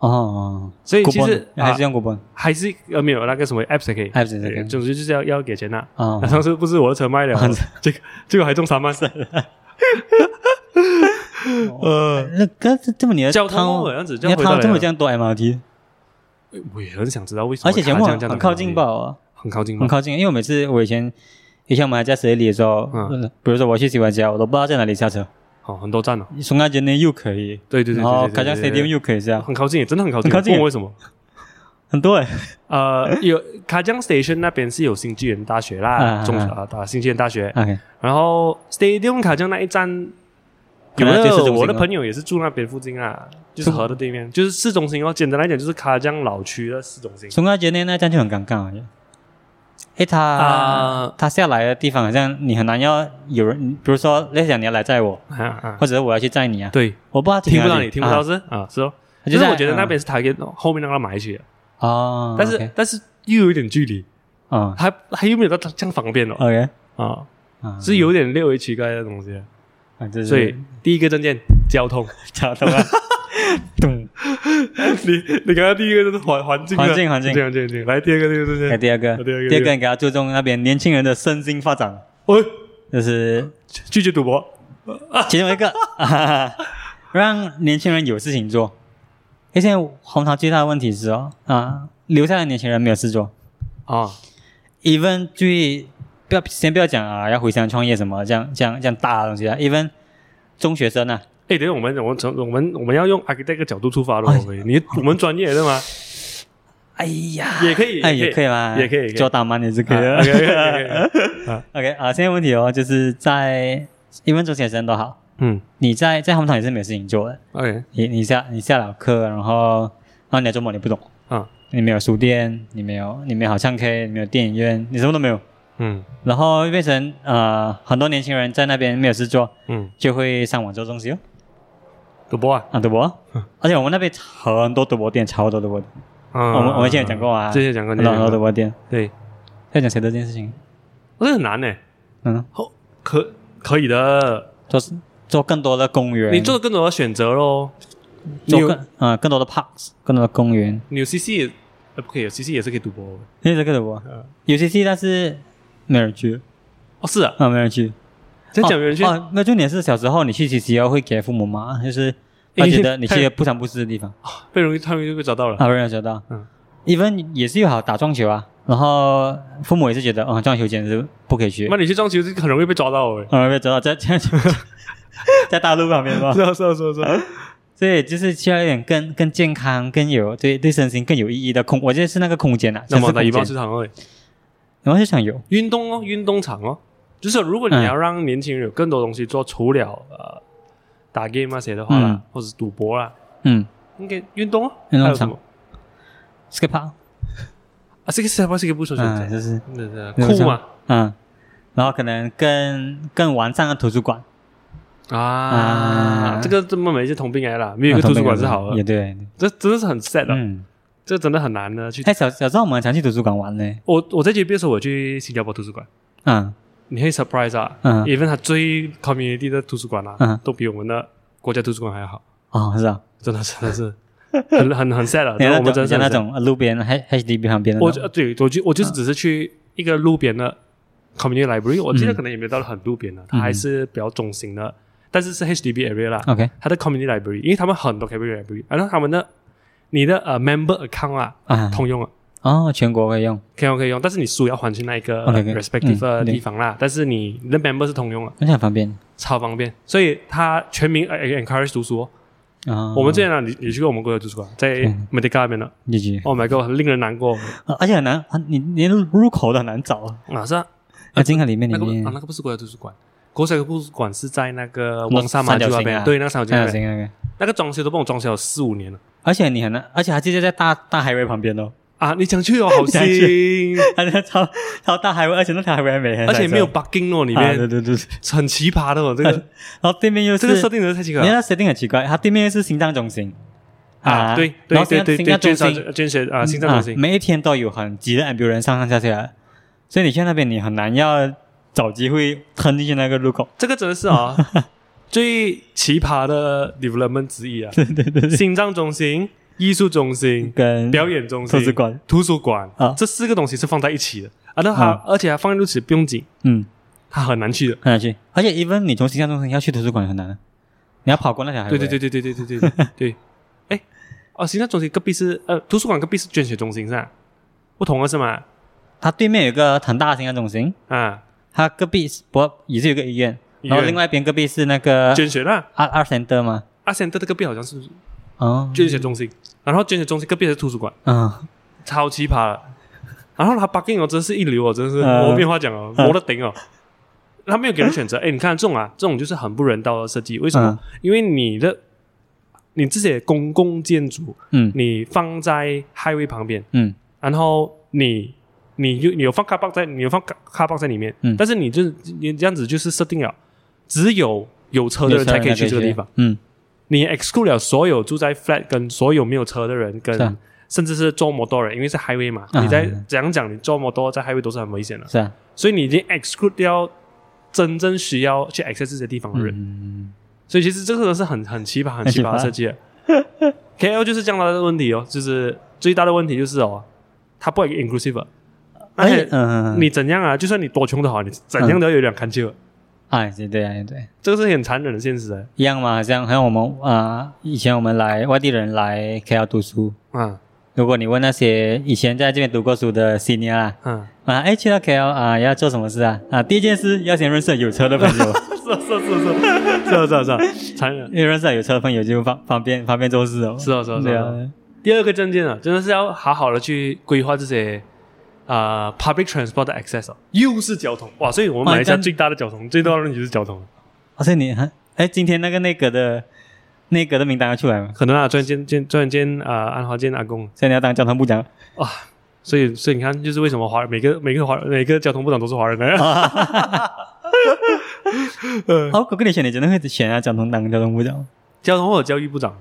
B: 哦哦，
A: 所以
B: 古
A: 其实
B: 本还是
A: 啊
B: 用古本
A: 还是呃没有那个什么 apps 也可以
B: Apps 也可以
A: 对总之就是要要给钱呐。
B: 啊
A: 啊上次不是我的车卖了，
B: 哦
A: 这个这个还中三万， 呃，
B: 那个这这么你的
A: 交通
B: 汤
A: 这样子就
B: 你的
A: 回到
B: 汤这么
A: 了
B: 这样多 MRT，
A: 我也很想知道为什么
B: 而且
A: 卡
B: 全
A: 这
B: 部
A: 样这样
B: 很靠近
A: 吧，
B: 吧，哦
A: 很靠近吧
B: 很，靠近。因为我每次我以前以前我们还在水里的时候，
A: 嗯
B: 呃比如说我去洗碗家，我都不知道在哪里下车，
A: 哦，很多站哦，
B: 松安街内又可以，
A: 对对对，
B: 然后
A: 对
B: 卡江哦 stadium 又可以下，
A: 很靠近，真的很靠近，
B: 很靠近
A: 问我为什么？
B: 很多哎，
A: 呃，有卡江 station 那边是有新纪元大学啦，
B: 啊
A: 中
B: 啊
A: 啊，打新纪元大学，
B: OK，
A: 然后 Stadium 卡江那一站，
B: 可
A: 有
B: 能就是市
A: 的
B: 中心
A: 我的
B: 哦
A: 朋友也是住那边附近啊，就是河的对面，就是市中心哦。简单来讲，就是卡江老区的市中心。
B: 松安街内那一站就很尴尬，因为它
A: 啊
B: 它下来的地方好像你很难要有人，比如说在想你要来载我，
A: 啊啊，
B: 或者是我要去载你啊，
A: 对，
B: 我不知道
A: 听不
B: 哪
A: 到
B: 里
A: 你，听不到
B: 啊
A: 是啊，是哦。
B: 就
A: 就是啊
B: 在
A: 我觉得
B: 嗯
A: 那边是 Target 后面那个马来区的，
B: 哦，
A: 但是
B: OK，
A: 但是又有一点距离，
B: 哦
A: 还还又没有到这样方便哦
B: ，OK，
A: 啊，
B: 啊
A: 是有点六 H 该的东西。
B: 啊，这是
A: 所以第一个证件交通，
B: 交通啊，咚。
A: 你你刚刚第一个就是环环境的啊
B: 环境环境
A: 环境环境，来第二个这个证
B: 哎，
A: 件，
B: 第二个，
A: 啊第二个
B: 第二个，你给他注重那边年轻人的身心发展，
A: 喂，
B: 就是
A: 拒绝赌博，
B: 其中一个， 啊、让年轻人有事情做。而且红桃最大的问题是哦，啊，留下来的年轻人没有事做
A: 啊，
B: ，even 最不要先不要讲啊，要回乡创业什么这样这样这样大的东西啊，even 中学生啊，
A: 哎，等一下我们我们从我们我们要用 architect 的角度出发咯，可以？你我们专业的 嘛，
B: 哎呀，
A: 也可以，
B: 哎也可以吧，
A: 也可以也可以
B: 做大妈也是可以的。
A: 啊，OK，OK，OK，OK，OK，啊
B: OK 啊，现在问题哦，就是在 even 中学生都好，
A: 嗯
B: 你在在红桃也是没有事情做的。
A: ，OK，
B: 你你下你下了课，然后然后你的周末你不懂，
A: 啊，
B: 你没有书店，你没有你没有好唱 K，你没有电影院，你什么都没有，
A: 嗯
B: 然后就变成呃很多年轻人在那边没有事做，
A: 嗯，
B: 就会上网做东西哦，
A: 赌博啊，
B: 啊赌博， 而且我们那边很多赌博店，超多赌博店，
A: 啊
B: 我们我们以前有讲过啊，
A: 之前讲过，
B: 很多很多赌
A: 的，
B: 博店，
A: 对，
B: 要讲谁的这件事情，
A: 哦这很难呢，
B: 嗯，
A: 后可可以的，
B: 做做更多的公园，
A: 你做更多的选择咯，你
B: 做
A: 有
B: 更啊、更多的 parks，更多的公园，
A: 你有 CC 也，呃，不可以，CC 也是可以赌博的，
B: 那是个赌博，
A: 嗯
B: 有些 c 但是没人去
A: 哦，是啊，
B: 啊，没人去。
A: 真讲有人去
B: 哦，哦那重点是小时候你去 CCL 会给父母骂，就是他觉得你去不三不四的地方，
A: 被容易太容易就被找到了，
B: 哦啊，没人知道。
A: 哎嗯
B: ，even 也是有好打撞球啊，然后父母也是觉得，哦，撞球简直不可以去
A: 那，你去撞球是很容易被抓到的，
B: 啊，没有知道，在在 在大陆旁边嘛
A: 是，啊是啊是啊是 啊，
B: 所以就是需要一点更更健康、更有对对身心更有意义的空，我觉得是那个空间啊，
A: 那
B: 城
A: 么
B: 市
A: 打羽
B: 空
A: 毛
B: 间
A: 球，场
B: 啊
A: 而已。
B: 羽毛球场有，
A: 运动哦，运动场哦，就是如果你
B: 嗯
A: 要让年轻人有更多东西做，除了呃打 game 那些的话啦，
B: 嗯
A: 或者是赌博啦，
B: 嗯
A: 应该运动哦，
B: 运
A: 还
B: 动场
A: 有什么
B: ，skate park，
A: 啊？这个是不是一个不错选
B: 嗯，
A: 择？
B: 就是
A: 真的
B: 运
A: 是
B: 动
A: 酷
B: 场
A: 嘛
B: 嗯，然后可能更更完善的图书馆，
A: 啊
B: 啊！
A: 这个这么每一次同病来啦，没有一个图书馆是好
B: 也
A: 的，
B: 对，也
A: 这真的是很 sad
B: 对
A: 啊，
B: 嗯。
A: 这真的很难的去。
B: 哎，小小时候我们常去图书馆玩呢。
A: 我我在这边的时候，我去新加坡图书馆，
B: 嗯
A: 你会 surprise 啊
B: 嗯
A: ，even 它最 community 的图书馆啊
B: 嗯，
A: 都比我们的国家图书馆还要好，
B: 哦，是啊，
A: 真 的真的是很很很 sad 啊！
B: 你
A: 真的
B: 那
A: 我们真
B: 种
A: 的是
B: 像那
A: 很 sad
B: 种嗯呃路边 H H D B 旁边的
A: 我
B: 那
A: 就
B: 种，
A: 呃对，我就我就是只是去一个路边的 community library，我
B: 嗯
A: 记得可能也没有到很路边的，它还是比较中心的，但是是 HDB area 啦，
B: OK
A: 它的 community library，因为他们很多 community library，然后他们的你的呃 member account 啊，
B: 啊，
A: 通用啊，
B: 哦，全国可以用，
A: 可以用可以用，但是你书要还去那一个
B: OK，OK，
A: respective
B: 嗯
A: 的
B: 对
A: 地方啦，但是你你的 member 是通用啊，
B: 而且很方便
A: 超方便，所以它全民呃 encourage 读书哦。
B: 啊。
A: 我们之前啊，你你去过我们国家图书馆，在 Medica 那边的
B: 进去，
A: ，Oh my god，令人难过
B: 呃而且很难，啊你连入口都很难找啊。
A: 啊，是啊。
B: 要进到里面里
A: 那个不
B: 面
A: 啊，，那个不是国家图书馆，国家图书馆是在那个
B: 那
A: 王沙马
B: 三角
A: 就那
B: 形
A: 边，
B: 啊
A: 对，那个三角
B: 这
A: 形
B: 样
A: 那边，
B: 行那个，
A: 那个装修都帮我装修了四五年了，
B: 而且你很难，而且它就在大大海威旁边哦，
A: 啊，你想 去哦，好
B: 想
A: 新，
B: 他那超超大海威，而且那条海威还没，
A: 而且没有 bugging 哦，里
B: 啊对
A: 面
B: 对对，对
A: 很奇葩的哦，这个
B: 然后对面又是
A: 这个设，定真的太奇怪
B: 你
A: 了
B: 看设定很奇怪，它对面又是心脏中心
A: 啊！对
B: 然
A: 对
B: 后心
A: 对对
B: 脏
A: 对，
B: 心脏中
A: 捐
B: 心
A: 血捐血啊，心脏中
B: 啊
A: 心
B: 每一天都有很急的哎 ambulance 上上下下，所以你去那边你很难要找机会吞进去那个路口。
A: 这个真的是 啊、最奇葩的 development 之一啊！对对对，心脏中心、艺术中心、
B: 跟
A: 表演中
B: 图
A: 心、
B: 书馆，
A: 图书馆
B: 啊
A: 这四个东西是放在一起的啊。那它、
B: 啊
A: 而且它放在一起不用紧，
B: 嗯，
A: 它很难去的。
B: 很难去。而且 even 你从新疆中心要去图书馆很难，你要跑过那条海。
A: 对对对，对对对对对对 对。哎，哦，心脏中心隔壁是呃图书馆隔壁是捐血中心是吧？不同了是吗？
B: 它对面有一个很大的新疆中心，
A: 啊，
B: 它隔壁是不也是有一个医院，
A: 医
B: 然后
A: 院
B: 另外一边隔壁是那个
A: 捐血啦。
B: 二二 center 吗？
A: 阿仙德的隔壁好像是
B: 哦，
A: 捐血中心，然后捐血中心隔壁是图书馆，
B: 嗯，
A: 超奇葩的。然后他 bugging 哦，真是一流哦，真是
B: 嗯
A: 我没话讲哦，
B: 嗯
A: 我的顶哦。他没有给人 选择，哎，你看这种啊，这种就是很不人道的设计。为什么？因为你的你自己的公共建筑，
B: 嗯？嗯
A: 你放在 highway 旁边，
B: 嗯
A: 然后你你就你有放 car box 在，你有放 car car box 在里面，
B: 嗯
A: 但是你就是你这样子就是设定了，只有有车的人才可以去这个地方。。
B: 嗯
A: 你 exclude 了所有住在 flat 跟所有没有车的人，
B: 是啊
A: 跟甚至是周摩多人，因为是 highway 嘛，
B: 啊
A: 你在怎样讲，你周摩多在 highway 都是很危险的，
B: 是啊，
A: 所以你已经 exclude 掉真正需要去 access 这些地方的人，
B: 嗯，
A: 所以其实这个是很很奇葩、很奇葩的设计。K L 就是这样的问题哦，就是最大的问题就是哦，它不 inclusive，而
B: 哎
A: 且
B: 嗯，
A: 你怎样啊，就算你多穷都好，你怎样都要有两看球，
B: 哎，对对对对。
A: 这个是很残忍的现实哎
B: 一样嘛，好像好像我们啊、呃以前我们来外地人来 KL 读书，
A: 啊
B: 如果你问那些以前在这边读过书的 senior 啊，
A: 啊，
B: 啊，哎，去到 KL 啊，要做什么事啊？啊，第一件事要先认识有车的朋友，
A: 是啊是是 是啊是是是残忍。
B: 因为认识有车的朋友就方方便方便做事哦。
A: 是哦，是哦，是
B: 对
A: 哦。
B: 啊，
A: 第二个证件啊，真的是要好好的去规划这些啊、呃 public transport 的 access 啊，又是交通哇！所以我们
B: 哇
A: 马来西亚
B: 真
A: 最大的交通，最大的问题是交通。
B: 而且你还哎，今天那个内阁的内阁的名单要出来吗？
A: 可能啊，突然间见，突然间啊、呃，安华见阿公，
B: 所以你要当交通部长，
A: 所以所以你看，就是为什么华每个每个华每个交通部长都是华人来、
B: 啊
A: 呃
B: 哦，我跟你选，你真的会选啊，交通当交通部长，
A: 交通或者教育部长，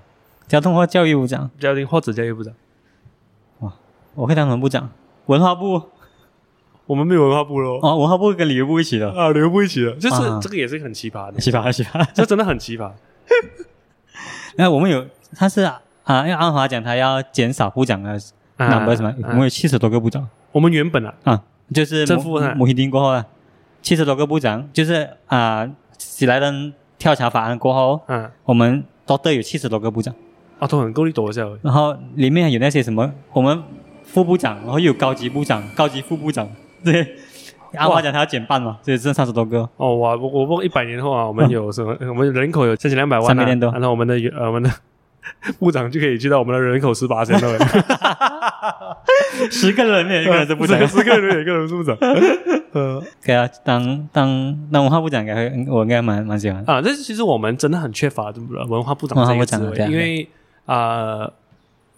B: 交通或教育部长，
A: 交通或者教育部长，
B: 我会当什么部长？文化部
A: 我们没有文化部咯，
B: 哦，文化部跟旅游部一起的。
A: 啊，留不一起的，就是、
B: 啊
A: 这个也是很奇葩的，
B: 奇葩奇葩。
A: 这真的很 奇葩。
B: 然后我们有，他是啊，啊因为安华讲他要减少部长的 number 什么，我
A: 啊
B: 们有七十多个部长
A: 我们原本啊，
B: 啊，就是
A: 政府
B: 穆
A: 啊
B: 穆希丁过后啊，七十多个部长，就是啊，喜来登调查法案过后，
A: 啊，
B: 我们都都有七十多个部长，
A: 啊，都很够力躲一下而已。
B: 然后里面有那些什么，我们副部长，然后又有高级部长、高级副部长，对。安华讲他要减半嘛，所以剩三十多个，
A: 哦，我我我不一百年后啊，我们 有什么？我们人口有三千两百万、啊，
B: 三百年多
A: 然后我们的呃我们的 部长就可以去到我们的人口十八千了。，
B: 十个人里 面有一个人是 部长
A: 十个人有一个人是部长。呃
B: 给他当当当文化部长，应该会我应该蛮蛮喜欢。
A: 啊，但是其实我们真的很缺乏文化部长这
B: 文化
A: 个
B: 部长
A: 职位，
B: 对啊
A: 因为啊、呃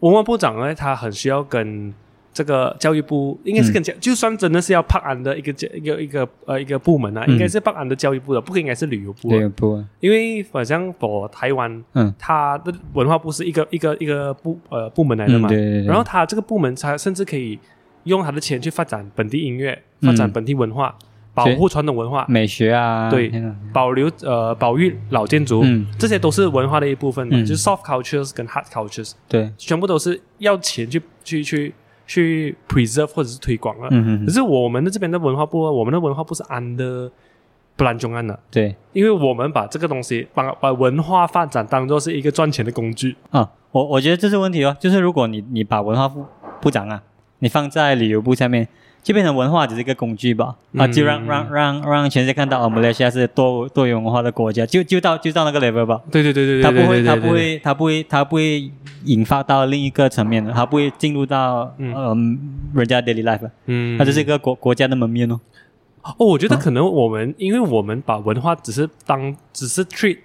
A: 文化部长呢，他很需要跟这个教育部，应该
B: 嗯
A: 是跟教，就算真的是要帕安的一个一个一个呃一个部门啊，
B: 嗯
A: 应该是帕安的教育部的，不应该是旅游部的，啊
B: 对，不，
A: 因为好像我台湾。
B: 嗯，
A: 它的文化部是一个一个一个部呃部门来的嘛，
B: 嗯对对对
A: 然后它这个部门它甚至可以用它的钱去发展本地音乐，发展
B: 嗯
A: 本地文化，保
B: 所以
A: 护传统文化，
B: 美学啊，
A: 对
B: 那种
A: 保留呃保育老建筑，
B: 嗯，
A: 这些都是文化的一部分嘛，
B: 嗯
A: 就是 soft cultures 跟 hard cultures，
B: 对，
A: 全部都是要钱去去去去 preserve 或者是推广了。
B: 嗯
A: 可
B: 嗯，
A: 是我们的这边的文化部，我们的文化部是 under 布兰中安的，
B: 对
A: 因为我们把这个东西把把文化发展当做是一个赚钱的工具。
B: 啊，我我觉得这是问题哦，就是如果你你把文化部部长啊，你放在旅游部下面，就变成文化只是一个工具吧，啊，
A: 嗯
B: 就让让让让全世界看到啊，马来西亚是多多元文化的国家，就就到就到那个 level 吧。
A: 对对对对对，
B: 它不
A: 对
B: 会，它不，会，它不会，它不会引发到另一个层面的，它不会进入到
A: 嗯
B: 嗯人家 daily life，的
A: 嗯
B: 它就是一啊个国国家的门面哦。
A: 哦，我觉得可能我们，因为我们把文化只是当只是 treat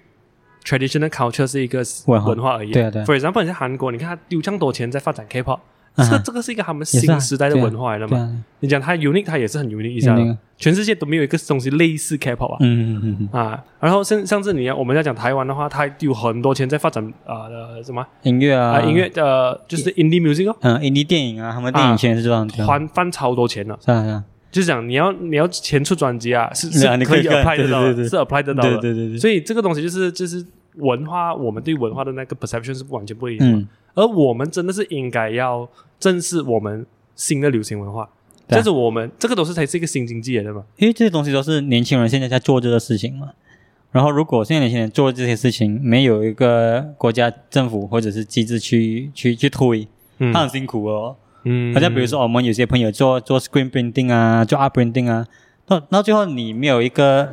A: traditional culture 是一个
B: 文化
A: 文化而已。
B: 对啊对啊
A: For example，你在韩国，你看他丢这样多钱在发展 K-pop，这个
B: 啊
A: 这个是一个他们
B: 也是啊
A: 新时代的文化来的
B: 对
A: 嘛。
B: 啊，
A: 你讲它 unique，它也是很 unique 一下
B: unique
A: 的，全世界都没有一个东西类似 K-pop 啊。
B: 嗯嗯嗯嗯，
A: 啊，然后甚上次你啊要我们要讲台湾的话，它有很多钱在发展啊、呃什么
B: 音乐
A: 啊、
B: 啊，
A: 音乐，呃就是 indie music 哦，
B: 嗯，indie 电影啊，他们电影圈是这样子，
A: 还翻超多钱了。
B: 是啊是啊，
A: 就是讲你要你要钱出专辑啊，是
B: 对啊
A: 是
B: 你
A: 可
B: 可以
A: 以 apply
B: 看对
A: 得到
B: 对对
A: 的，
B: 对
A: 是 apply 得到
B: 对
A: 的。
B: 对对对，
A: 所以这个东西就是就是文化，我们对文化的那个 perception 是完全不一样的。
B: 嗯，
A: 而我们真的是应该要正视我们新的流行文化，
B: 对啊
A: 这是我们这个都是才是一个新经济来的嘛。
B: 因为这些东西都是年轻人现在在做这个事情嘛。然后，如果现在年轻人做这些事情，没有一个国家政府或者是机制去去去推，
A: 嗯
B: 他很辛苦哦。
A: 嗯
B: 好像比如，说，哦我们有些朋友做做 screen printing 啊，做 art printing 啊，到到最后你没有一个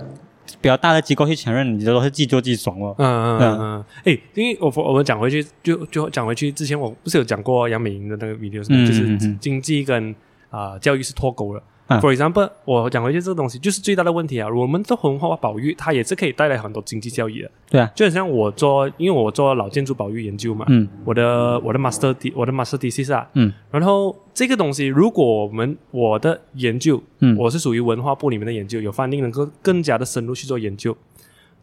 B: 比较大的机构去承认，你这都是自己做自己爽哦。
A: 嗯嗯嗯嗯，哎、因为我我们讲回去，就就讲回去之前，我不是有讲过杨美莹的那个 video 是吗？
B: 嗯
A: 就是
B: 嗯嗯
A: 经济跟啊、教育是脱钩了。
B: 啊
A: For example，我讲回去这个东西就是最大的问题啊。我们的文化保育，它也是可以带来很多经济效益的。
B: 对啊，
A: 就很像我做，因为我做老建筑保育研究嘛，
B: 嗯
A: 我的我的 master D 我的 master thesis 啊，
B: 嗯
A: 然后这个东西，如果我们我的研究，
B: 嗯
A: 我是属于文化部里面的研究，有 funding 能够更加的深入去做研究，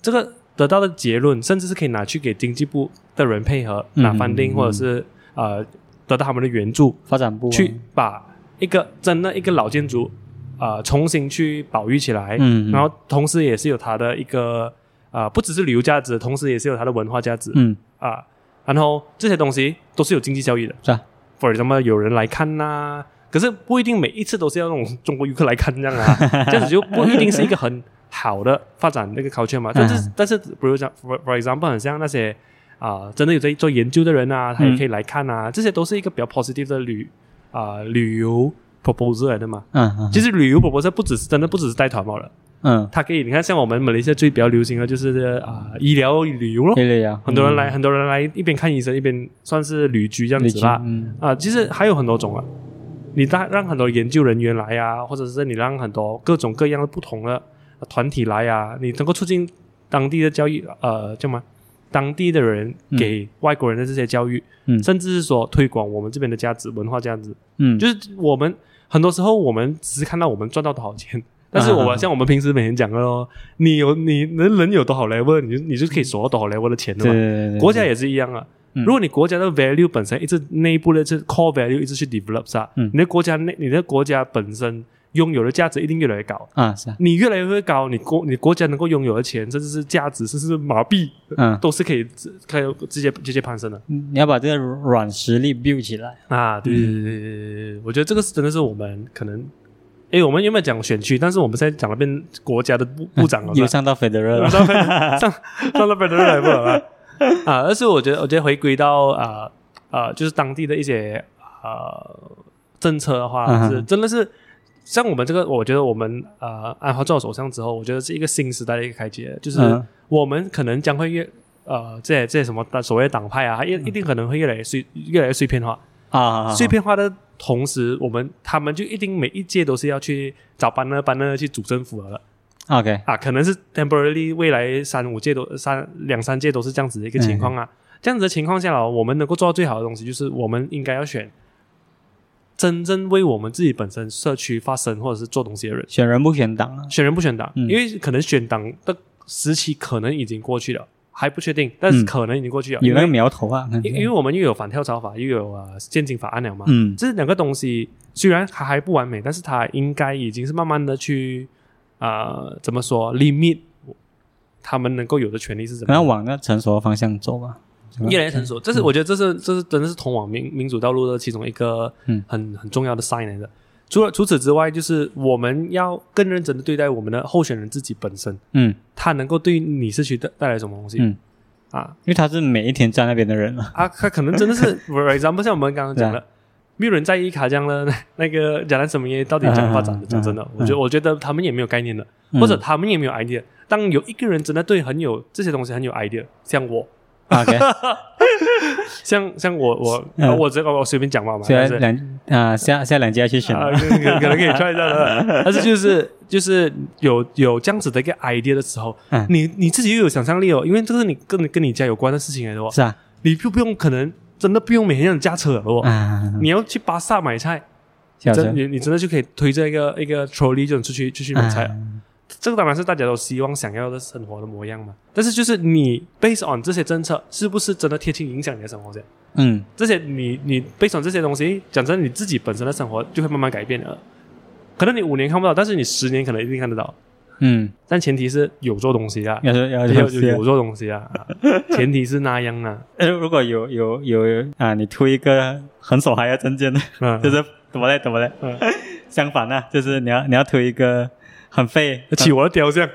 A: 这个得到的结论，甚至是可以拿去给经济部的人配合
B: 嗯
A: 拿 funding，、
B: 嗯
A: 或者是呃得到他们的援助，
B: 发展部啊
A: 去把一个真的一个老建筑呃重新去保育起来，
B: 嗯嗯
A: 然后同时也是有它的一个呃不只是旅游价值，同时也是有它的文化价值
B: 嗯
A: 啊、然后这些东西都是有经济效益的。
B: 是啊，
A: for example 有人来看呐、可是不一定每一次都是要那种中国游客来看这样 啊，这样子就不一定是一个很好的发展那个 culture
B: 嗯
A: 嘛。但是、但是，比如讲 for for example，很像那些啊、真的有在做研究的人
B: 嗯
A: 啊，他也可以来看啊，这些都是一个比较 positive 的旅啊、旅游 proposal 来的嘛。
B: 嗯嗯
A: 其实旅游 proposal 不只是真的不只是带团罢了，
B: 嗯，
A: 它可以你看像我们马来西亚最比较流行的就是啊、医疗旅游咯，
B: 对对呀，
A: 很多人来、很多人来一边看医生一边算是旅居这样
B: 嗯
A: 子啦。
B: 嗯
A: 啊，其实还有很多种啊。你让让很多研究人员来啊，或者是你让很多各种各样的不同的呃团体来啊，你能够促进当地的教育，呃，叫什么？当地的人
B: 嗯
A: 给外国人的这些教育，
B: 嗯
A: 甚至是说推广我们这边的价值、文化价值。
B: 嗯，
A: 就是我们很多时候我们只是看到我们赚到多少钱，但是我们、
B: 啊
A: 像我们平时每天讲的咯，你有你人人有多少 level，你就你就可以索到多少 level 的钱的
B: 对
A: 嘛。
B: 对对，
A: 国家也是一样啊。
B: 嗯
A: 如果你国家的 value 本身一直内部的这 core value 一直去 develop 啊，
B: 嗯
A: 你的国家内你的国家本身拥有的价值一定越来越高。
B: 啊是啊，
A: 你越来越高，你国你国家能够拥有的钱，甚至是价值，甚至是马币，
B: 嗯，
A: 都是可以直可以直接直接攀升的
B: 你要把这个软实力 build 起来，
A: 啊！对对对对对对对，我觉得这个是真的是我们可能，诶，我们原本讲选区，但是我们现在讲了变国家的部部 长了，是吧
B: 又上到 Federer
A: 上
B: 了，
A: 上上了本人来不了啦 啊！但是我觉得，我觉得回归到啊啊、就是当地的一些呃政策的
B: 嗯
A: 话，
B: 哼
A: 是真的是像我们这个，我觉得我们呃安华做首相之后，我觉得是一个新时代的一个开启，就是
B: 嗯
A: 我们可能将会越呃这些这些什么所谓的党派啊，一一定可能会越来越碎越来越碎片化，
B: 啊，
A: 碎片化的同时，我们他们就一定每一届都是要去找班呢班呢去组政府了。
B: OK，
A: 啊，可能是 temporarily 未来三五届都三两三届都是这样子的一个情况
B: 嗯
A: 啊。这样子的情况下了，我们能够做到最好的东西，就是我们应该要选真正为我们自己本身社区发声或者是做东西的人，
B: 选人不选党啊，
A: 选人不选党，
B: 嗯
A: 因为可能选党的时期可能已经过去了，还不确定，但是
B: 嗯
A: 可能已经过去了，
B: 有
A: 因
B: 那个
A: 为
B: 苗头啊，
A: 因因为我们又有反跳槽法，又有啊监禁法案了嘛，
B: 嗯
A: 这两个东西虽然它还不完美，但是它应该已经是慢慢的去呃怎么说 limit 他们能够有的权利是怎么
B: 可
A: 样
B: 能往那成熟的方向走吧。
A: 越来越成熟。这是我觉得这是这是真的是通往民民主道路的其中一个
B: 嗯
A: 很很重要的 sign 来的。除了除此之外，就是我们要更认真的对待我们的候选人自己本身，
B: 嗯，
A: 他能够对你社区带带来什么东西、
B: 嗯
A: 啊？
B: 因为他是每一天站那边的 人了。
A: 啊，他可能真的是 ，for example，像我们刚刚讲的，没有人在意卡江的 那那个加兰什么耶到底怎么发展
B: 嗯
A: 的。
B: 嗯
A: 讲真的
B: 嗯，
A: 我觉得我觉得他们也没有概念的，
B: 嗯
A: 或者他们也没有 idea。当有一个人真的对很有这些东西很有 idea，像我，
B: OK，
A: 像像我我
B: 嗯
A: 啊我这个我随便讲嘛嘛，
B: 现
A: 但
B: 在
A: 是
B: 两啊下下两家去选
A: 啊，
B: 了。
A: 可可可能可以 try 一下 的。但是就是就是有有这样子的一个 idea 的时候
B: 嗯，
A: 你你自己又有想象力哦，因为这个是你跟跟你家有关的事情来的哦，
B: 是啊，
A: 你就不用可能真的不用每天这样驾车了哦。
B: 啊，
A: 你要去巴萨买菜，
B: 小
A: 真
B: 车
A: 你你真的就可以推着一个一个 trolley 就出去出去
B: 啊
A: 买菜了。这个当然是大家都希望想要的生活的模样嘛。但是就是你 based on 这些政策，是不是真的贴近影响你的生活先？
B: 嗯
A: 这些你你 based on 这些东西，讲真，你自己本身的生活就会慢慢改变了。可能你五年看不到，但是你十年可能一定看得到。
B: 嗯，
A: 但前提是有做东西啊，
B: 要是 要
A: 有
B: 是
A: 有有做东西啊，啊前提是那样 啊。
B: 呃，如果有有有啊，你推一个很手嗨的证件呢，
A: 嗯，
B: 就是怎么嘞怎么嘞，
A: 嗯
B: 相反呢、就是你要你要推一个很废，
A: 起我的雕像，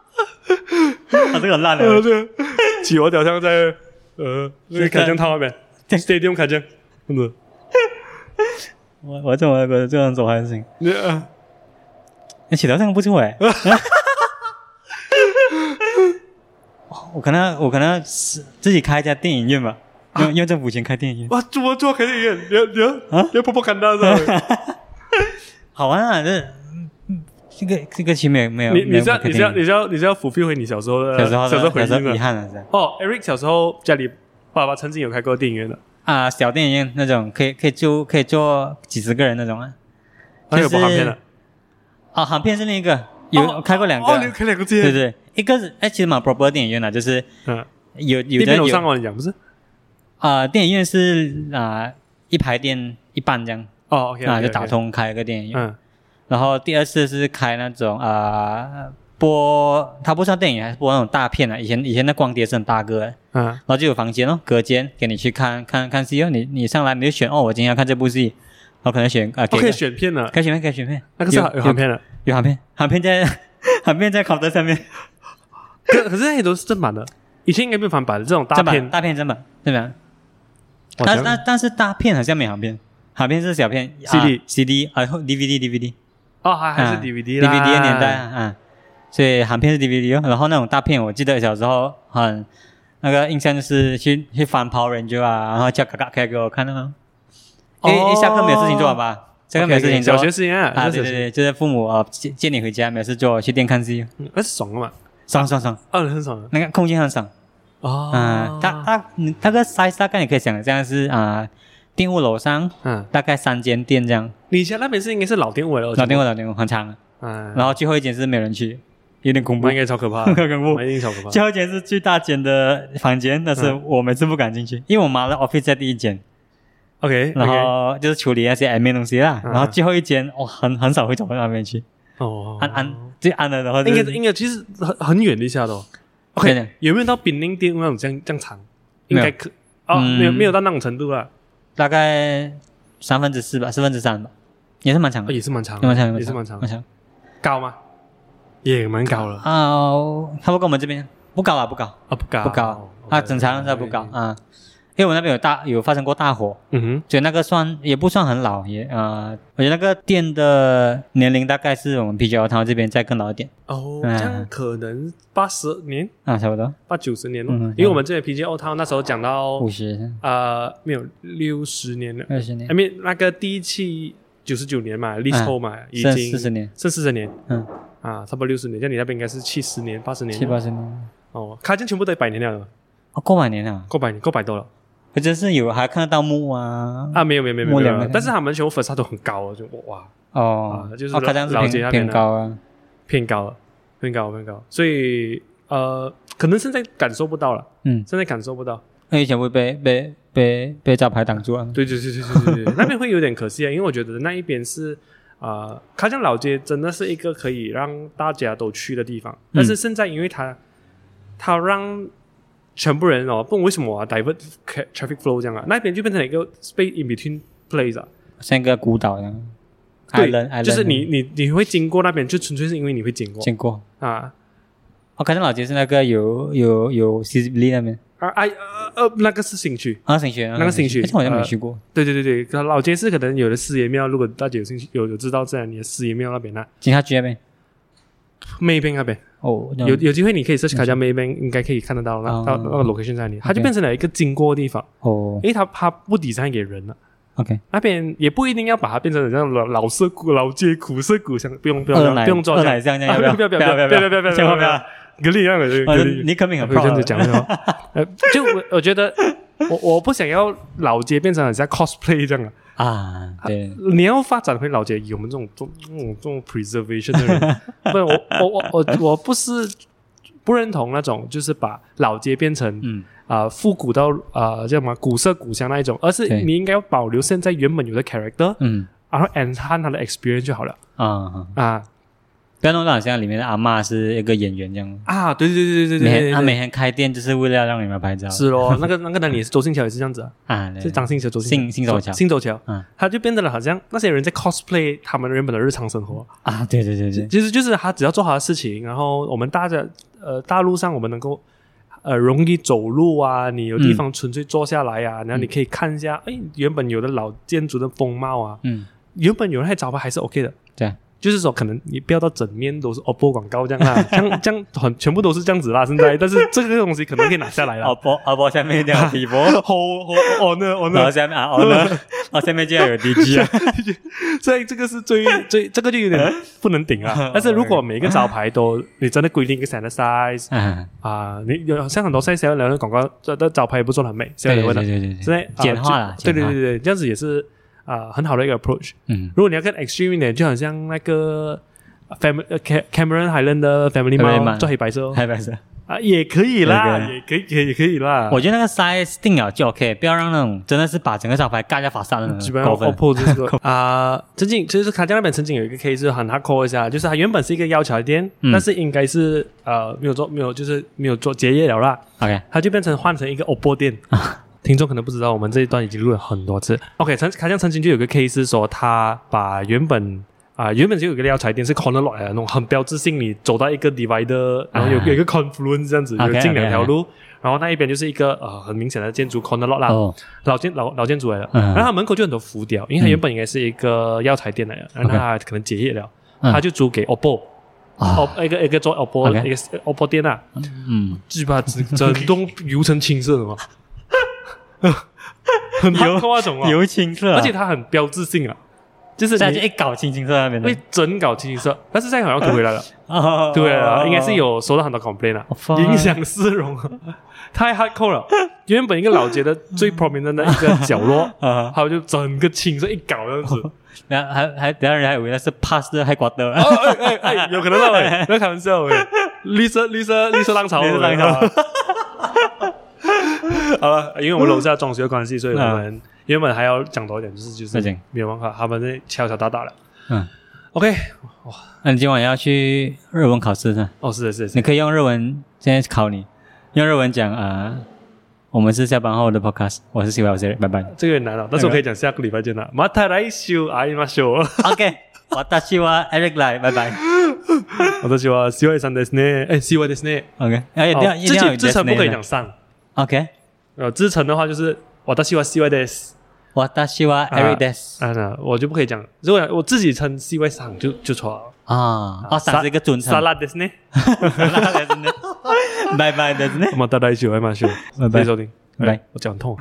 B: 啊这个很烂
A: 呃
B: 的，
A: 对， 起我的雕像在呃那个
B: 在
A: 卡江套外面，stadium 卡江，嗯，
B: 我我怎么觉得这个很手嗨的事情？
A: 你啊
B: 你起头像不 错哎、我可能我可能是自己开一家电影院吧，
A: 啊
B: 用用政府钱开电影院，
A: 哇，怎么做肯定演，你要你要
B: 啊
A: 你要婆婆看到的，
B: 好玩啊！这嗯这个这个其实没 有没有，
A: 你
B: 没
A: 你
B: 有
A: 是要
B: 开
A: 你
B: 电
A: 是要
B: 影
A: 你是要你是要抚恤回你小时候的
B: 小时候的
A: 小时候回
B: 小时
A: 忆
B: 候遗
A: 吗？
B: 憾了啊是吧
A: 哦，Eric 小时候家里爸爸曾经有开过电影院的，
B: 啊，小电影院那种可以可以就可以坐几十个人那种啊。
A: 还
B: 就
A: 有
B: 是
A: 播韩片的，
B: 啊，韩片是另一个，有、
A: 哦
B: 开过两个，
A: 哦，你有开两个电
B: 对
A: 影，
B: 对，一个是哎，其实蛮 proper 的电影院的，就是
A: 嗯，
B: 有
A: 那
B: 有的
A: 边
B: 有
A: 楼上哦，你讲不是？
B: 啊、电影院是啊、一排电一半这样
A: 哦，OK，
B: 啊、就打，通开一个电影院。
A: 嗯
B: 然后第二次是开那种啊、播，它不算电影，还是播那种大片啊。以前以前那光碟是很大个的，
A: 嗯
B: 然后就有房间哦，隔间给你去看看看戏哦。你你上来你就选哦，我今天要看这部戏，然后可能选啊，
A: 哦，
B: 给
A: 可以
B: 个
A: 选片的，
B: 可以选片，可以选片，
A: 那个是
B: 有
A: 有韩片的，
B: 有韩片，韩片在 韩片在考在上面，
A: 可可是那些都是正版的，以前应该没有翻版的这种大
B: 正版
A: 片，
B: 大片真版对吧？
A: 哇
B: 但
A: 这样
B: 但但是大片好像没有韩片，韩片是小片
A: CD
B: 啊 CD 啊或 DVD DVD
A: 哦还还是
B: 啊
A: DVD 啦
B: DVD 的年代，啊，啊所以韩片是 DVD 哦。然后那种大片，我记得小时候很那个印象就是去去翻 Power Ranger 啊，然后叫嘎嘎开给我看的吗？因为
A: 哦
B: 因为下课没有事情做吧？下课没有事情
A: OK，OK，
B: 做
A: 小学时间啊，
B: 啊，
A: 这
B: 对
A: 是小
B: 对
A: 学
B: 对，就是父母啊接接你回家没事做，去店看戏，
A: 嗯那是爽的嘛，
B: 爽爽爽，
A: 啊，很爽的
B: 那个空间很爽。
A: 哦，
B: 啊，大大嗯大概 size 大概你可以想象是啊，店屋楼上
A: 嗯，
B: 大概三间店这样，
A: 你以前那边是应该是老店尾了，
B: 老店屋
A: 尾，
B: 老店屋很长，啊
A: 嗯，
B: 然后最后一间是没有人去，有点恐怖
A: 那，应该超可 怕
B: 很
A: 的，
B: 恐怖
A: 那。一定超可怕
B: 最后一间是最大间的房间，但是
A: 嗯
B: 我每次不敢进去，因为我妈的 office 在第一间，
A: ，OK，
B: 然后就是处理那些 admin 东西啦，
A: 嗯
B: 然后最后一间我很很少会走到那边去，
A: 哦，
B: 暗暗最暗的，然后就
A: 应该
B: 是
A: 应该其实很很远的一下的哦。
B: 对的
A: OK，有没有到丙零店那种这样这样长？应该可哦，
B: 嗯
A: 没有没有到那种程度啊，
B: 大概三分之四吧，四分之三吧，也是蛮长
A: 哦
B: 的，
A: 也是蛮长的，
B: 也蛮长，
A: 也是蛮长的
B: 蛮，长。
A: 高吗？也蛮高了
B: 啊，差不多跟我们这边不高啊，不高，
A: 啊，不高
B: 不高啊，正常的不高。啊。因为我那边有大有发生过大火，
A: 嗯哼，
B: 所以那个算也不算很老，也啊、呃我觉得那个店的年龄大概是我们 P G L 他这边再更老一点
A: 哦，
B: 嗯
A: 这样可能八十年、
B: 啊，差不多
A: 八九十年了
B: 嗯，哦
A: 因为我们这边 PJ O 他那时候讲到
B: 五十
A: 呃，没有六十年了，
B: 二十年
A: 还，没那个第一期九十九年嘛，历后嘛，已
B: 嗯剩
A: 经
B: 四十年，
A: 剩四十年
B: 嗯，
A: 啊，差不多六十年，像你那边应该是七十年、八十年
B: 七八十年，
A: 哦，卡进全部都一百年了，
B: 哦，过百年了，
A: 过百年，过百多了
B: 我真是有还看得到墓啊，
A: 啊，没有没有没有没
B: 摸
A: 有
B: 两
A: 没有
B: 个，
A: 但是他们全部粉刷都很高了，就哇
B: 哦，
A: 啊就是
B: 哦，好像是
A: 老街
B: 偏
A: 那边
B: 偏
A: 的
B: 高啊，
A: 偏高了，偏高了偏高了，所以呃，可能现在感受不到了，
B: 嗯，
A: 现在感受不到，
B: 那以前会被被被被招牌挡住啊，
A: 对对对对对对对，那边会有点可惜啊，因为我觉得那一边是啊，呃卡江老街真的是一个可以让大家都去的地方，但是现在因为它它让全部人哦，不懂为什么啊，divert ca- traffic flow 这样啊，那边就变成了一个 space in between place 啊，
B: 像一个孤岛一样
A: 对
B: ，island island，
A: 就是你你你会经过那边，就纯粹是因为你会经过
B: 见过。
A: 啊。
B: 我看到哦老街是那个有有有 C B 那边
A: 而哎呃呃，那个是新区，
B: 啊，新区
A: 那个新区
B: 但是我好像没
A: 呃
B: 去过。
A: 对对对对，可老街是可能有的四爷庙，如果大家有兴趣有有知道在你的四爷庙那边啊，
B: 警察局那边
A: 妹边那边，
B: 哦，那
A: 有有机会你可以 search 卡加 Maybank，应该可以看得到那
B: 哦
A: 那那个 location 在哪里，它
B: OK
A: 就变成了一个经过的地方，
B: 哦
A: 因为它它不 design 给人了，
B: ，OK，
A: 那边也不一定要把它变成像老老色古老街苦涩古香，不用不用不
B: 二
A: 用
B: 奶
A: 不用做
B: 二
A: 这样
B: 奶，酱酱
A: 啊
B: 要
A: 不
B: 要
A: 要不要
B: 不
A: 不要
B: 要
A: 不要不要不要
B: 千万不
A: 不要
B: 要！
A: 格力让我格
B: 哦
A: 力，
B: 你可明很
A: 会这样
B: proud
A: 子讲的哦，呃，就我我觉得我我不想要老街变成很像 cosplay 这样啊。
B: 啊，对，
A: 你要发展回老街，以我们这种这种这种这种 preservation 的 人，不是我我我我我不是不认同那种就是把老街变成
B: 嗯，
A: 啊、复古到啊、叫什么古色古香那一种，而是
B: 对
A: 你应该要保留现在原本有的 character，
B: 嗯
A: 然后 enhance 它的 experience 就好了
B: 啊啊，
A: 啊
B: 不要弄得好像里面的阿嬷是一个演员这样，
A: 啊！对对对对
B: 每
A: 对对
B: 天她
A: 对
B: 每天开店就是为了让你们拍照，
A: 是咯， 那个那个男的也是周星驰也是这样子啊，
B: 啊， 对
A: 是张信哲、周
B: 信信手
A: 桥、
B: 桥
A: 信手桥，
B: 嗯
A: 他就变得了好像那些人在 cosplay 他们原本的日常生活，
B: 啊，对对对对，
A: 其实就是他只要做好的事情，然后我们大家呃大路上我们能够呃容易走路啊，你有地方纯粹坐下来啊，然后你可以看一下，哎，原本有的老建筑的风貌啊，
B: 嗯，
A: 原本有那些招牌还是 OK 的，
B: 对啊，
A: 就是说可能你不要到整面都是 OPPO 广告这样 啦，这样这样很全部都是这样子啦，现 在，但是这个东西可能可以拿下来
B: 阿
A: 啦。
B: 波阿波下面一定有皮波，
A: 好好 哦呢哦
B: 然后
A: 呢，
B: 下面啊哦呢， 然后下面就要 有 DG 啊，
A: 所以这个是最最这个就有点不能顶 啊。但是如果每一个招牌都你真的规定一个 standard size，
B: 啊，
A: 啊，你有像很多现在 Seven 的广告，这的招牌也不做的很美
B: 对
A: ，Seven
B: 对
A: Eleven 的
B: 对对
A: 现在
B: 对，
A: 啊
B: 简化了，
A: 就对对
B: 简化
A: 对，对，这样子也是啊、很好的一个 approach。
B: 嗯，
A: 如果你要更 extreme 一点，就好像那个 Family Cam Cameron Highland 的 Family
B: Family
A: Mall
B: Mall
A: 做黑白色哦
B: 还白色。
A: 啊，也可以啦，
B: 也
A: 也可以，也也可以啦。
B: 我觉得那个 size 定了就 OK，不要让那种真的是把整个招牌盖在法上的那
A: 基
B: 种
A: 本上
B: 过分。
A: OPPO 就是说啊，曾经就是卡江那边曾经有一个 case 就是很 hardcore 一下，就是它原本是一个药材店，
B: 嗯
A: 但是应该是呃没有做没有就是没有做结业了啦，
B: OK，
A: 它就变成换成一个 OPPO 店。
B: 啊
A: 听众可能不知道，我们这一段已经录了很多次。OK，曾卡像曾经就有个 case 是说，他把原本啊、原本就有一个料材店是 corner lot 来的那种很标志性，你走到一个 divider，然后有、
B: 啊
A: 有一个 confluence 这样子，有
B: OK，
A: 进两条
B: OK，OK
A: 路然后那一边就是一个呃很明显的建筑 corner lot 啦，
B: 哦，
A: 老建老老建筑来的。
B: 嗯
A: 然后他门口就很多浮雕，因为他原本应该是一个药材店来的，然后他可能结业了，
B: 嗯
A: 他就租给 OPPO，、
B: 哦，
A: o 一个一个做 OPPO、
B: OK
A: 一个 OPPO 店啊，
B: 嗯，
A: 鸡巴整整栋油成青色的 嘛，很
B: 油
A: 油那种啊，
B: 油青色啊，
A: 而且它很标志性啊，就是
B: 现在就
A: 你
B: 一搞青青色那边的
A: 会，整搞清一色，但是现在好像退回 来了，
B: 哦
A: 退回来啊了，应该是，有收到很多 complain 啊
B: 哦，fuck，
A: 影响市容啊，太 hardcore 了。原本一个老街的最 prominent 的一个角落
B: 啊，
A: 还有就整个青色一搞这样子，
B: 然后还还，等一下人还以为那是 pass 的，还刮的，
A: 哦哎哎哎，有可能到 了，不要开玩笑哎，绿色绿色 绿色浪潮，
B: 绿色浪潮。
A: 好了，因为我们楼下装修的关系，所以我
B: 嗯
A: 们原本还要讲多一点，就是就是
B: 再见
A: 没有办法，他们在敲敲打打了。
B: 嗯，
A: OK，
B: 那你今晚要去日文考试呢？
A: 哦，是的，是的，是的
B: 你可以用日文，现在考你，用日文讲啊，我们是下班后的 podcast，我是喜欢我 Siri，拜拜。
A: 这个也难了，啊但是我可以讲下个礼拜见了。また来週会いま しょう。
B: OK，我 大西瓜 Eric 来，拜拜。
A: 私は CY さんですね。哎，CY ですね。
B: OK，哎，一定要
A: 哦
B: 一
A: 之
B: 定要
A: 前
B: 有
A: 之前
B: designated
A: 不可以讲上，
B: OK，
A: 呃，之前的话就是私は CY です。
B: 我大西瓜 Eric Des
A: 啊，那我就不可以讲。如果我自己称 CY さん就就错了。
B: 啊，哦，算是一个尊称
A: 沙。拉です ね。
B: 拜拜，Des 呢？
A: また来週会いましょう。
B: 拜
A: 谢
B: 拜
A: 谢收听。
B: 拜拜
A: 哎我脚很痛。